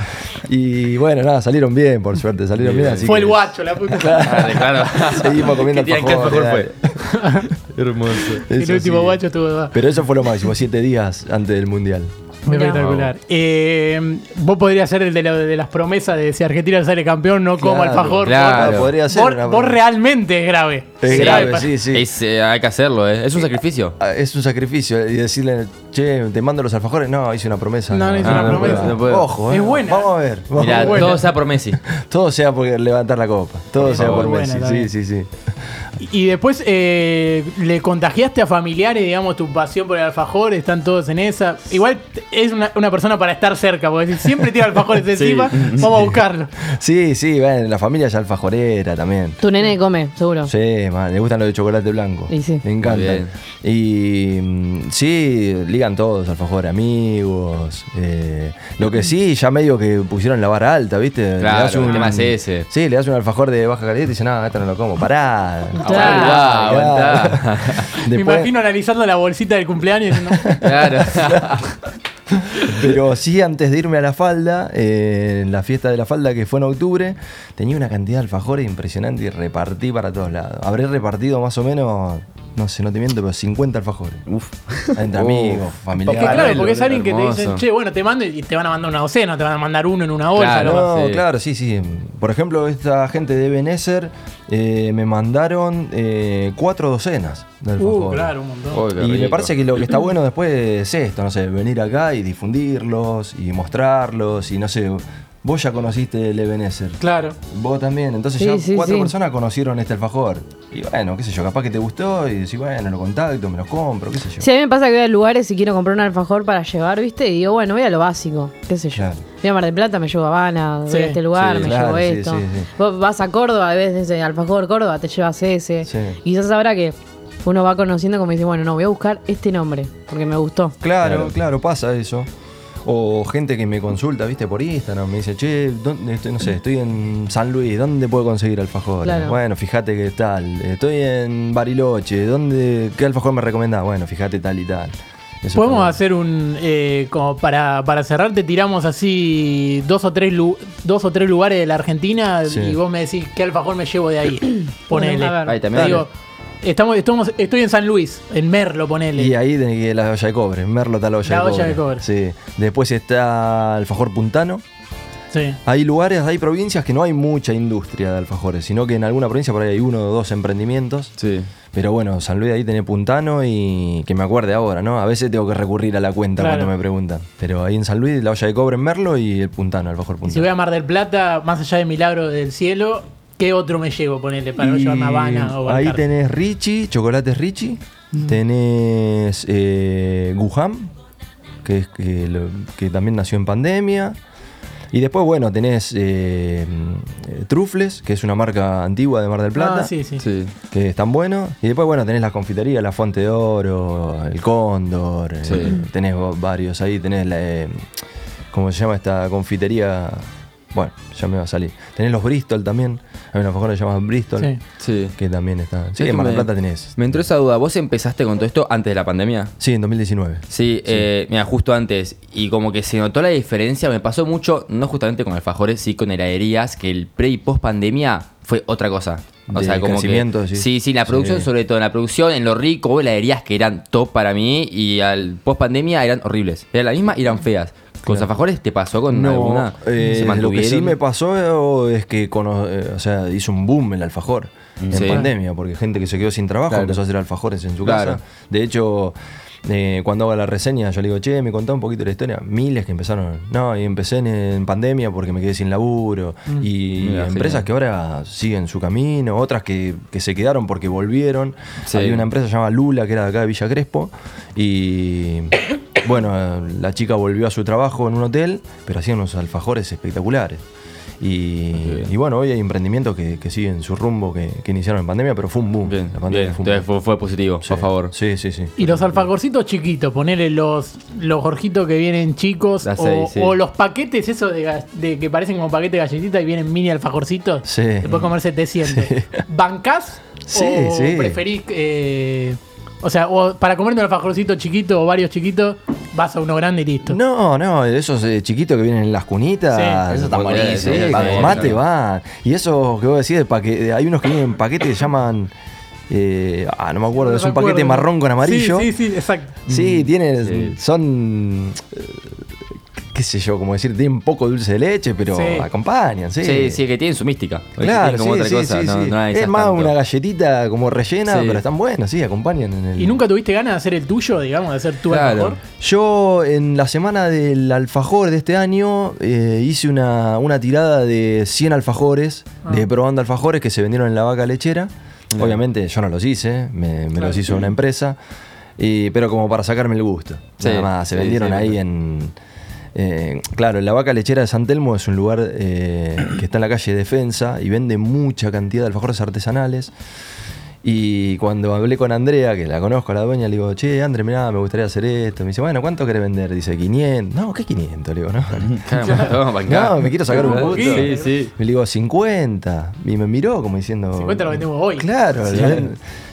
Speaker 4: Y bueno, nada, salieron bien, por suerte, salieron bien. así
Speaker 1: Fue
Speaker 4: que
Speaker 1: el guacho, la puta.
Speaker 3: Claro, claro.
Speaker 4: Seguimos comiendo
Speaker 3: ¿Qué tiene que
Speaker 4: alfajores,
Speaker 3: alfajor fue? Hermoso.
Speaker 1: El
Speaker 4: eso
Speaker 1: último
Speaker 4: sí.
Speaker 1: guacho estuvo. va.
Speaker 4: Pero eso fue lo máximo, siete días antes del mundial.
Speaker 5: Mirá.
Speaker 1: Espectacular. Eh, vos podrías ser el de, la- de las promesas de si Argentina sale campeón, no como
Speaker 4: Claro,
Speaker 1: alfajor.
Speaker 3: claro.
Speaker 1: Vos-
Speaker 4: Podría ser
Speaker 1: vos,
Speaker 4: una-
Speaker 1: vos realmente es grave.
Speaker 4: Es
Speaker 1: Sí,
Speaker 4: grave,
Speaker 1: pa-
Speaker 4: sí, sí.
Speaker 3: Es, eh, hay que hacerlo, ¿eh? Es un sacrificio.
Speaker 4: Ah, Es un sacrificio. Y decirle, che, te mando los alfajores. No, hice una promesa. Ah,
Speaker 1: No, no hice
Speaker 3: una
Speaker 4: puedo.
Speaker 3: promesa. No puedo.
Speaker 4: Ojo,
Speaker 1: Es
Speaker 4: eh.
Speaker 1: buena.
Speaker 4: Vamos a ver. vamos
Speaker 3: Mirá,
Speaker 4: a ver.
Speaker 1: Bueno.
Speaker 3: todo sea por Messi.
Speaker 4: Todo sea por levantar la copa. Todo sea
Speaker 1: favor.
Speaker 4: por
Speaker 1: Buena
Speaker 4: Messi.
Speaker 1: también.
Speaker 4: sí, sí, sí.
Speaker 1: Y después eh, le contagiaste a familiares, digamos, tu pasión por el alfajor, están todos en esa. Igual t- es una, una persona para estar cerca, porque si siempre tira alfajores encima, vamos a buscarlo.
Speaker 4: Sí, sí, bueno, la familia ya alfajorera también.
Speaker 5: Tu nene come, seguro.
Speaker 4: Sí, man, le gustan los de chocolate blanco.
Speaker 5: Y sí.
Speaker 4: Me encantan. Y mm, sí, ligan todos, alfajor, amigos. eh, lo que sí, ya medio que pusieron la vara alta, ¿viste? Le
Speaker 3: Claro,
Speaker 4: das
Speaker 3: el tema es ese.
Speaker 4: Sí, le das un alfajor de baja calidad y te dicen, no, esto no lo como, pará.
Speaker 5: Aguantá,
Speaker 4: pará".
Speaker 3: aguantá.
Speaker 1: Me
Speaker 4: Después-
Speaker 1: imagino analizando la bolsita del cumpleaños. y diciendo,
Speaker 3: Claro.
Speaker 4: Pero sí, antes de irme a la falda, eh, en la fiesta de la falda que fue en octubre, tenía una cantidad de alfajores impresionante y repartí para todos lados. Habré repartido más o menos, no sé, no te miento, pero 50 alfajores. Uf. Entre
Speaker 3: Uf.
Speaker 4: amigos,
Speaker 1: Porque
Speaker 4: familiares.
Speaker 1: claro, porque es alguien que te
Speaker 3: hermoso.
Speaker 1: dicen, che, bueno, te mando y te van a mandar una docena, te van a mandar uno en una bolsa.
Speaker 3: Claro.
Speaker 1: Ah, ¿no?
Speaker 4: No,
Speaker 3: sí.
Speaker 4: claro, sí, sí. Por ejemplo, esta gente de Benecer eh, me mandaron eh, cuatro docenas de alfajores.
Speaker 1: Uh, claro, un montón.
Speaker 3: Uy, qué
Speaker 4: Y me
Speaker 3: rico.
Speaker 4: parece que lo que está bueno después es esto, no sé, venir acá y difundirlos y mostrarlos y no sé, vos ya conociste el Ebenezer.
Speaker 1: Claro.
Speaker 4: Vos también, entonces
Speaker 5: Sí,
Speaker 4: ya
Speaker 5: sí,
Speaker 4: cuatro
Speaker 5: sí.
Speaker 4: personas conocieron este alfajor. Y bueno, qué sé yo, capaz que te gustó y decís, bueno, lo contacto, me los compro, qué sé yo.
Speaker 5: Sí, a mí me pasa que voy a lugares y quiero comprar un alfajor para llevar, ¿viste? Y digo, bueno, voy a lo básico, qué sé yo.
Speaker 4: Claro.
Speaker 5: Voy a Mar del Plata, me llevo a Habana,
Speaker 1: Sí,
Speaker 5: voy a este lugar,
Speaker 4: sí,
Speaker 5: me
Speaker 4: claro,
Speaker 5: llevo
Speaker 4: sí,
Speaker 5: esto.
Speaker 4: sí, sí.
Speaker 5: Vos vas a Córdoba, ves ese alfajor Córdoba, te llevas ese.
Speaker 4: Sí.
Speaker 5: Y quizás ahora que uno va conociendo como dice, bueno, no, voy a buscar este nombre, porque me gustó.
Speaker 4: Claro,
Speaker 2: Claro.
Speaker 4: claro, pasa eso. O gente que me consulta, viste, por Instagram, me dice, che, ¿dónde estoy? no sé, estoy en San Luis, ¿dónde puedo conseguir alfajor?
Speaker 5: Claro.
Speaker 4: Bueno, fíjate que tal, estoy en Bariloche, ¿dónde, ¿qué alfajor me recomendás? Bueno, fíjate tal y tal. Eso
Speaker 1: Podemos
Speaker 4: está
Speaker 1: hacer un. eh, como para, para cerrar, te tiramos así dos o tres, lu- dos o tres lugares de la Argentina
Speaker 4: Sí.
Speaker 1: y vos me decís qué alfajor me llevo de ahí. Ponele.
Speaker 5: Bueno, a ver.
Speaker 3: Ahí también.
Speaker 1: Digo, Estamos, estamos, estoy en San Luis, en Merlo, ponele.
Speaker 4: Y ahí tenés que ir a la olla de cobre, Merlo está la
Speaker 1: La
Speaker 4: olla de
Speaker 1: olla
Speaker 4: cobre.
Speaker 1: de cobre.
Speaker 4: Sí. Después está Alfajor Puntano.
Speaker 1: Sí.
Speaker 4: Hay lugares, hay provincias que no hay mucha industria de alfajores, sino que en alguna provincia por ahí hay uno o dos emprendimientos.
Speaker 7: Sí.
Speaker 4: Pero bueno, San Luis ahí tiene Puntano y que me acuerde ahora, ¿no? A veces tengo que recurrir a la cuenta
Speaker 1: Claro.
Speaker 4: cuando me preguntan. Pero ahí en San Luis, la olla de cobre en Merlo y el Puntano,
Speaker 1: Y
Speaker 4: alfajor
Speaker 1: Si
Speaker 4: Puntano.
Speaker 1: voy a Mar del Plata, más allá de Milagro del Cielo, ¿qué otro me llevo, ponele, para no
Speaker 4: Y
Speaker 1: llevarme a Habana o
Speaker 4: Ahí
Speaker 1: Balcarce?
Speaker 4: tenés Richie, chocolates Richie. Tenés eh, Guham, que, es, que, lo- que también nació en pandemia. Y después, bueno, tenés eh, eh, Trufles, que es una marca antigua de Mar del Plata.
Speaker 1: Ah, sí, sí.
Speaker 7: Sí.
Speaker 4: Que están buenos. Y después, bueno, tenés las confiterías, la Fuente de Oro, el Cóndor. eh,
Speaker 7: Sí.
Speaker 4: tenés va- varios ahí. Tenés la. eh, ¿Cómo se llama esta confitería? Bueno, ya me va a salir. Tenés los Bristol también. Hay una mejor que se llama Bristol.
Speaker 1: Sí.
Speaker 7: Sí.
Speaker 4: Que también está. Sí,
Speaker 7: Es que
Speaker 4: en Mar del
Speaker 7: me-
Speaker 4: Plata tenés.
Speaker 7: Me entró esa duda. ¿Vos empezaste con todo esto antes de la pandemia?
Speaker 4: Sí, en 2019.
Speaker 7: Sí, eh, mira, justo antes. Y como que se notó la diferencia, me pasó mucho, no justamente con alfajores, sí con heladerías, que el pre y post pandemia fue otra cosa. O
Speaker 4: De
Speaker 7: sea, como
Speaker 4: crecimiento,
Speaker 7: que,
Speaker 4: decís.
Speaker 7: sí, sí, la producción
Speaker 4: Sí.
Speaker 7: sobre todo, en la producción, en lo rico, hubo heladerías que eran top para mí y al post pandemia eran horribles. Era la misma y eran feas. ¿Con los alfajores te pasó con alguna?
Speaker 4: eh,
Speaker 7: ¿Se
Speaker 4: lo que sí
Speaker 7: mantuvieron?
Speaker 4: me pasó es que cono- eh, o sea, hizo un boom el alfajor en
Speaker 7: Sí.
Speaker 4: pandemia, porque gente que se quedó sin trabajo
Speaker 7: Claro.
Speaker 4: empezó a hacer alfajores en su
Speaker 7: Claro.
Speaker 4: casa. De hecho, eh, cuando hago la reseña, yo le digo, che, me contá un poquito la historia. Miles que empezaron, no, y empecé en, en pandemia porque me quedé sin laburo.
Speaker 7: Mm.
Speaker 4: Y
Speaker 7: Mira,
Speaker 4: empresas
Speaker 7: genial.
Speaker 4: que ahora siguen su camino, otras que, que se quedaron porque volvieron.
Speaker 7: Sí.
Speaker 4: Había una empresa llamada Lula, que era de acá de Villa Crespo, y bueno, la chica volvió a su trabajo en un hotel, pero hacían unos alfajores espectaculares. Y, y bueno, hoy hay emprendimientos que, que siguen su rumbo, que, que iniciaron en pandemia, pero fue un boom.
Speaker 7: Bien,
Speaker 4: La pandemia
Speaker 7: bien.
Speaker 4: fue un boom.
Speaker 7: Entonces fue, fue positivo,
Speaker 4: Sí.
Speaker 7: por favor.
Speaker 4: Sí, sí, sí.
Speaker 1: Y los alfagorcitos chiquitos, ponele los, los gorjitos que vienen chicos,
Speaker 7: Ah, sí,
Speaker 1: o,
Speaker 7: sí.
Speaker 1: o los paquetes esos de, ga- de que parecen como paquete de galletitas y vienen mini alfajorcitos.
Speaker 4: Sí.
Speaker 1: Después comerse te sientes. ¿Bancás?
Speaker 4: Sí,
Speaker 1: o
Speaker 4: sí.
Speaker 1: preferís, eh, o sea, o para comerte un alfajorcito chiquito o varios chiquitos, vas a uno grande y listo.
Speaker 4: No, no, esos eh, chiquitos que vienen en las cunitas.
Speaker 1: Sí.
Speaker 2: Esos están
Speaker 4: Sí,
Speaker 2: buenísimos,
Speaker 4: sí,
Speaker 2: están
Speaker 4: con
Speaker 2: buenos.
Speaker 4: mate van. Y esos que vos decís, de paque- eh, hay unos que vienen en paquete que se llaman. eh, ah, no me acuerdo, es un
Speaker 1: recuerdo.
Speaker 4: paquete marrón con amarillo.
Speaker 1: Sí, sí, sí, exacto.
Speaker 7: Mm.
Speaker 4: Sí, tienen. Son. eh, qué sé yo, como decir, tienen poco dulce de leche, pero
Speaker 1: Sí.
Speaker 4: acompañan, sí.
Speaker 7: Sí, sí, que tienen su mística. Que
Speaker 4: Claro,
Speaker 7: tienen como
Speaker 4: sí,
Speaker 7: otra
Speaker 4: sí,
Speaker 7: cosa,
Speaker 4: sí,
Speaker 7: no-
Speaker 4: sí.
Speaker 7: no hay
Speaker 4: es
Speaker 7: esas
Speaker 4: más
Speaker 7: tanto.
Speaker 4: una galletita como rellena,
Speaker 7: Sí.
Speaker 4: pero están buenas, sí, acompañan en el.
Speaker 1: ¿Y nunca tuviste ganas de hacer el tuyo, digamos, de hacer tu
Speaker 7: Claro.
Speaker 1: alfajor?
Speaker 4: Yo en la semana del alfajor de este año eh, hice una, una tirada de 100 alfajores,
Speaker 7: Ah.
Speaker 4: de probando alfajores que se vendieron en la vaca lechera. Obviamente yo no los hice, me, me los hizo una empresa, y- pero como para sacarme el gusto.
Speaker 7: Sí,
Speaker 4: Nada más, se
Speaker 7: sí,
Speaker 4: vendieron
Speaker 7: sí,
Speaker 4: ahí en... eh, claro, la vaca lechera de San Telmo es un lugar eh, que está en la calle Defensa y vende mucha cantidad de alfajores artesanales. Y cuando hablé con Andrea, que la conozco, la dueña, le digo, che, André, mirá, me gustaría hacer esto. Me dice, bueno, ¿cuánto querés vender? Dice, 500. No, ¿qué 500? Le digo, no.
Speaker 7: Claro, vamos a bancar.
Speaker 4: No, me quiero sacar un
Speaker 7: Claro,
Speaker 4: gusto.
Speaker 7: Sí, sí.
Speaker 4: Me digo, 50. Y me miró como diciendo.
Speaker 1: 50 lo vendemos hoy.
Speaker 4: Claro. le-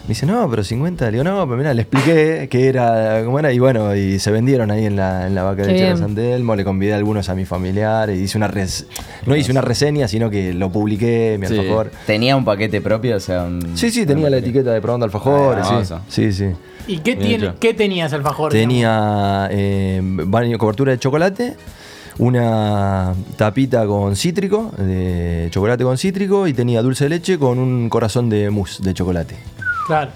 Speaker 4: Me dice, no, pero 50. Le digo, no, pero mirá, le expliqué que era, cómo era. Y bueno, y se vendieron ahí en la, en la vaca
Speaker 5: Qué
Speaker 4: de Chelo
Speaker 5: bien.
Speaker 4: San Telmo. Le convidé a algunos a mis familiares. Hice una res- no hice una reseña, sino que lo publiqué, mi
Speaker 7: Sí.
Speaker 4: alfajor.
Speaker 2: ¿Tenía un paquete propio? O sea, un-
Speaker 4: Sí, sí, tenía la etiqueta de probando alfajores.
Speaker 7: Ah,
Speaker 4: sí.
Speaker 7: hermoso.
Speaker 4: sí, sí.
Speaker 1: ¿Y qué,
Speaker 7: Bien
Speaker 1: tiene,
Speaker 7: hecho.
Speaker 1: qué tenías alfajor? digamos?
Speaker 4: Tenía eh, baño- cobertura de chocolate, una tapita con cítrico, de chocolate con cítrico, y tenía dulce de leche con un corazón de mousse de chocolate.
Speaker 1: Claro,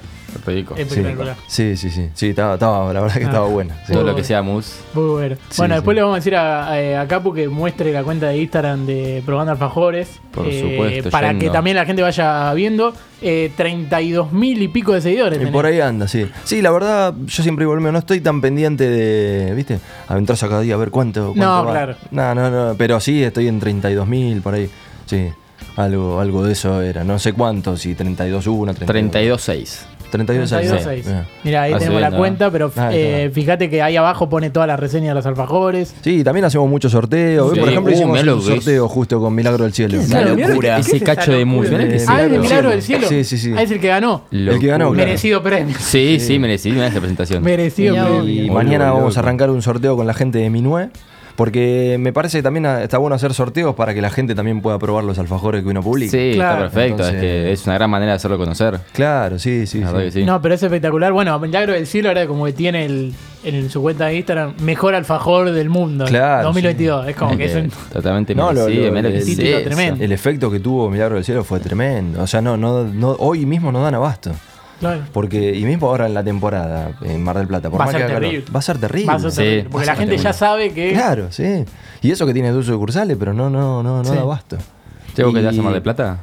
Speaker 7: Rico.
Speaker 4: Sí,
Speaker 1: espectacular.
Speaker 4: sí, sí. Sí, sí estaba, estaba- la verdad que estaba buena. sí.
Speaker 7: Todo lo que sea mousse.
Speaker 1: Muy bueno.
Speaker 4: Sí,
Speaker 1: bueno,
Speaker 4: sí.
Speaker 1: después le vamos a decir a, a- eh, a Capu que muestre la cuenta de Instagram de Probando Alfajores. eh,
Speaker 7: Por supuesto,
Speaker 1: Para
Speaker 7: yendo.
Speaker 1: que también la gente vaya viendo. Eh, 32 mil y pico de seguidores.
Speaker 4: Y
Speaker 1: tenés.
Speaker 4: por ahí anda, sí. Sí, la verdad, yo siempre igual no estoy tan pendiente de, ¿viste? Aventarse a cada día a ver cuánto. cuánto
Speaker 1: No,
Speaker 4: va.
Speaker 1: claro.
Speaker 4: No, no, no, pero sí, estoy en 32.000 por ahí. Sí, algo, algo de eso era. No sé cuánto, si 32.1, 32.
Speaker 7: 32.6.
Speaker 1: 32
Speaker 4: 32, sí.
Speaker 1: seis.
Speaker 4: Mira.
Speaker 1: Mirá, ahí
Speaker 7: Ah, sí,
Speaker 1: tenemos la
Speaker 7: no.
Speaker 1: cuenta, pero
Speaker 4: Ah,
Speaker 1: eh,
Speaker 4: claro.
Speaker 1: fíjate que ahí abajo pone toda la reseña de los alfajores.
Speaker 4: Sí, también hacemos muchos sorteos. Hoy,
Speaker 7: Sí.
Speaker 4: Por ejemplo,
Speaker 7: Uh,
Speaker 4: hicimos
Speaker 7: mirá lo
Speaker 4: un
Speaker 7: que es.
Speaker 4: sorteo justo con Milagro del Cielo.
Speaker 2: Una
Speaker 1: Claro, mirá lo
Speaker 2: locura.
Speaker 7: Ese cacho de mousse. mirá que
Speaker 4: Eh,
Speaker 7: sí.
Speaker 1: Ah, es de
Speaker 4: Milagro.
Speaker 1: Milagro del Cielo.
Speaker 4: Sí, sí, sí.
Speaker 1: Ah, es el que ganó.
Speaker 4: El que ganó, claro.
Speaker 1: Merecido premio.
Speaker 7: Sí, sí, merecí una esa presentación.
Speaker 1: Merecido
Speaker 5: Mirá
Speaker 1: premio.
Speaker 5: vos.
Speaker 4: Y
Speaker 7: Muy
Speaker 4: mañana
Speaker 7: loco.
Speaker 4: vamos a arrancar un sorteo con la gente de Minue. Porque me parece que también ah, está bueno hacer sorteos para que la gente también pueda probar los alfajores que uno publica.
Speaker 7: Sí,
Speaker 1: Claro.
Speaker 7: está perfecto.
Speaker 4: Entonces-
Speaker 7: Es que es una gran manera de hacerlo conocer.
Speaker 4: Claro, sí, sí.
Speaker 7: La verdad
Speaker 4: sí.
Speaker 7: que sí.
Speaker 1: No, pero es espectacular. Bueno, Milagro del Cielo ahora como que tiene el, en su cuenta de Instagram mejor alfajor del mundo.
Speaker 4: Claro,
Speaker 1: 2022. Es como que es un...
Speaker 7: Totalmente
Speaker 4: No, lo-
Speaker 7: merecido,
Speaker 4: lo-
Speaker 7: menos que
Speaker 4: el
Speaker 7: sí.
Speaker 1: título tremendo.
Speaker 4: El efecto que tuvo Milagro del Cielo fue tremendo. O sea, no, no, no, hoy mismo no dan abasto.
Speaker 1: claro.
Speaker 4: Porque, y mismo ahora en la temporada, en Mar del Plata, por
Speaker 1: Va a
Speaker 4: más
Speaker 1: ser
Speaker 4: que haga calor,
Speaker 1: terrible.
Speaker 4: va a ser terrible.
Speaker 1: Va a ser
Speaker 7: Sí,
Speaker 1: terrible,
Speaker 7: va
Speaker 1: porque
Speaker 7: a
Speaker 1: la
Speaker 7: ser
Speaker 1: gente ya
Speaker 7: terrible.
Speaker 1: sabe que...
Speaker 4: Claro, sí. Y eso que tiene dos sucursales, pero no, no, no, no da abasto.
Speaker 7: ¿Tengo que te
Speaker 4: Y-
Speaker 7: hace Mar de Plata?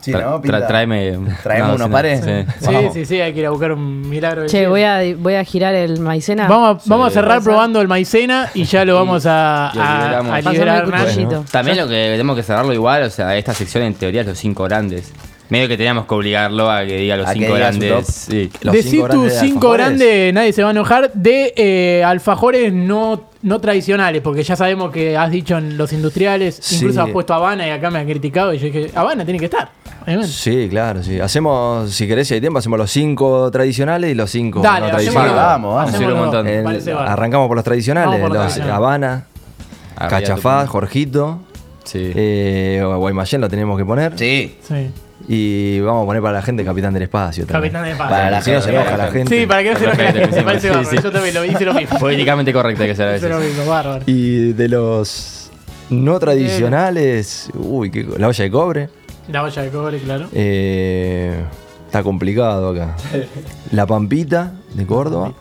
Speaker 2: Sí,
Speaker 7: Tra-
Speaker 2: ¿no?
Speaker 7: tra-
Speaker 2: Pinta-
Speaker 7: tráeme.
Speaker 2: Traemos
Speaker 7: no,
Speaker 2: unos
Speaker 7: sí, no,
Speaker 2: pares.
Speaker 7: sí.
Speaker 1: Sí, sí, sí, hay que ir a buscar un milagro. del
Speaker 5: Che,
Speaker 1: cielo.
Speaker 5: voy a, voy a girar el maicena.
Speaker 1: Vamos a, vamos a cerrar probando el maicena y ya lo vamos a,
Speaker 7: Y lo
Speaker 1: a-
Speaker 7: liberamos.
Speaker 1: a
Speaker 5: Pásame
Speaker 1: liberar.
Speaker 5: el
Speaker 1: Nacho.
Speaker 5: cuchillo.
Speaker 4: Bueno.
Speaker 7: También lo que tenemos que cerrarlo igual, o sea, esta sección en teoría es los cinco grandes. Medio que teníamos que obligarlo a que diga los
Speaker 2: A que
Speaker 7: cinco
Speaker 2: diga su
Speaker 7: grandes.
Speaker 2: top.
Speaker 7: Sí.
Speaker 4: Los
Speaker 1: Decí
Speaker 4: cinco
Speaker 1: tus
Speaker 4: grandes
Speaker 1: cinco
Speaker 4: alfajores.
Speaker 1: grandes, nadie se va a enojar, de eh, alfajores no, no tradicionales, porque ya sabemos que has dicho en los industriales,
Speaker 4: Sí.
Speaker 1: incluso has puesto Habana y acá me han criticado y yo dije, Habana tiene que estar. obviamente.
Speaker 4: Sí, claro, sí. Hacemos, si querés, si hay tiempo, hacemos los cinco tradicionales y los cinco
Speaker 1: Dale,
Speaker 4: no
Speaker 1: hacemos
Speaker 4: tradicionales.
Speaker 1: los-
Speaker 2: Vamos, vamos.
Speaker 1: hacemos
Speaker 7: Sí, un
Speaker 1: los-
Speaker 7: montón.
Speaker 4: El-
Speaker 1: parece bárbaro.
Speaker 4: arrancamos por los tradicionales,
Speaker 1: Vamos por los
Speaker 4: los
Speaker 1: tradicionales.
Speaker 4: Habana,
Speaker 7: Arriba
Speaker 4: Cachafá,
Speaker 7: tu-
Speaker 4: Jorgito,
Speaker 7: Sí.
Speaker 4: eh, Guaymallén lo tenemos que poner.
Speaker 2: Sí.
Speaker 1: Sí.
Speaker 4: Y vamos a poner para la gente Capitán del Espacio. también.
Speaker 1: Capitán de paz.
Speaker 2: Para la
Speaker 4: Si no se enoja la gente.
Speaker 1: Sí, para que no se lo
Speaker 7: Perfecto,
Speaker 1: caiga, me
Speaker 7: sí,
Speaker 1: parece
Speaker 7: sí,
Speaker 1: bárbaro.
Speaker 7: sí.
Speaker 1: Yo también lo hice lo mismo.
Speaker 7: Políticamente correcta hay que ser a
Speaker 1: Hice lo
Speaker 7: veces.
Speaker 1: mismo, bárbaro.
Speaker 4: Y de los no tradicionales, uy, qué co- la olla de cobre.
Speaker 1: La olla de cobre, claro.
Speaker 4: eh, está complicado acá. La Pampita de Córdoba.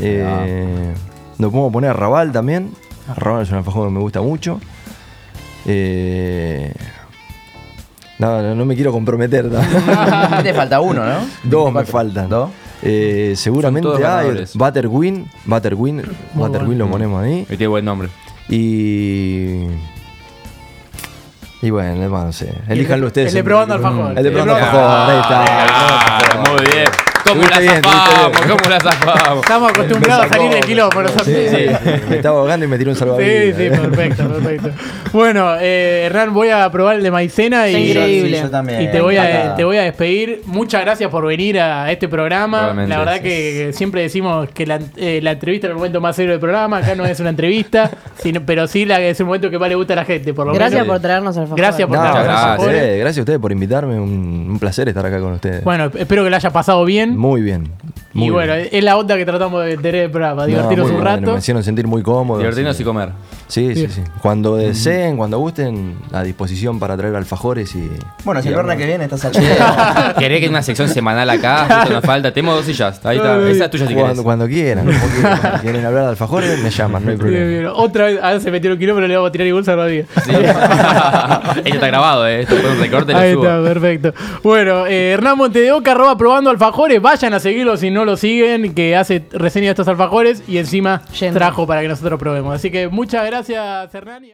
Speaker 4: Eh, nos podemos poner Arrabal también. Arrabal es un alfajor que me gusta mucho. Eh, no, no, no me quiero comprometer. ¿no?
Speaker 2: Te falta uno, ¿no?
Speaker 4: Dos me faltan.
Speaker 2: Dos.
Speaker 4: Eh, seguramente
Speaker 7: Son todos
Speaker 4: hay
Speaker 7: ganadores.
Speaker 4: Butterwin. Butterwin. Butterwin lo ponemos ahí.
Speaker 7: Y tiene buen nombre.
Speaker 4: Y. Y bueno, hermano, no sé. Elíjanlo ustedes.
Speaker 1: el de probando alfajor.
Speaker 4: El de probando alfajor, ahí está.
Speaker 7: Ah, muy bien. ¿Cómo
Speaker 4: Estuviste
Speaker 7: la
Speaker 4: bien, estuviste
Speaker 7: zafamos?
Speaker 4: bien.
Speaker 7: ¿Cómo la zafamos?
Speaker 1: Estamos acostumbrados a salir del quilombo nosotros.
Speaker 4: Sí, sí, Me estaba ahogando y me tiró un
Speaker 1: Sí,
Speaker 4: salvavidas.
Speaker 1: sí, perfecto, perfecto. Bueno, eh, Hernán, voy a probar el de maicena y,
Speaker 5: Está increíble.
Speaker 2: Sí, yo también.
Speaker 1: y te, voy a,
Speaker 2: Acá.
Speaker 1: te voy a despedir. Muchas gracias por venir a este programa.
Speaker 7: Realmente,
Speaker 1: la verdad que siempre decimos que la, eh, la entrevista es el momento más serio del programa. Acá no es una entrevista, sino, pero sí la, es el momento que más le gusta a la gente, por lo
Speaker 5: Gracias
Speaker 1: menos.
Speaker 5: por traernos al
Speaker 1: Gracias por
Speaker 4: No,
Speaker 1: traernos
Speaker 4: gracias, a
Speaker 1: alfajores.
Speaker 4: ustedes, gracias a ustedes por invitarme. Un, un placer estar acá con ustedes.
Speaker 1: Bueno, espero que la haya pasado bien.
Speaker 4: muy bien. Muy
Speaker 1: y bueno,
Speaker 4: bien.
Speaker 1: es la onda que tratamos de tener el programa,
Speaker 4: No,
Speaker 1: divertirnos
Speaker 4: muy
Speaker 1: un
Speaker 4: bien,
Speaker 1: rato.
Speaker 4: Me hicieron sentir muy cómodo.
Speaker 7: Divertirnos
Speaker 4: así
Speaker 7: y comer.
Speaker 4: que- Sí, sí, sí. Cuando deseen, cuando gusten, a disposición para traer alfajores y.
Speaker 2: Bueno, si el viernes que viene estás al
Speaker 7: Querés que hay una sección semanal acá, justo nos falta. Tenemos dos sillas. Ahí está. Esa es tuya si querés.
Speaker 4: Cuando, cuando quieran. como quieran. Si quieren hablar de alfajores, me llaman, no hay
Speaker 1: Bien,
Speaker 4: problema.
Speaker 1: bien. Otra vez, ahora se metió un kilo, pero le vamos a tirar igual a Rodríguez.
Speaker 7: Sí. Esto está grabado, ¿eh? Esto fue un recorte y lo
Speaker 1: Ahí
Speaker 7: subo.
Speaker 1: está, perfecto. Bueno, eh, Hernán Monte de Oca, arroba probando alfajores. Vayan a seguirlo si no lo siguen, que hace reseña de estos alfajores y encima
Speaker 5: Yendo.
Speaker 1: trajo para que nosotros probemos. Así que muchas gracias, Hernán. y-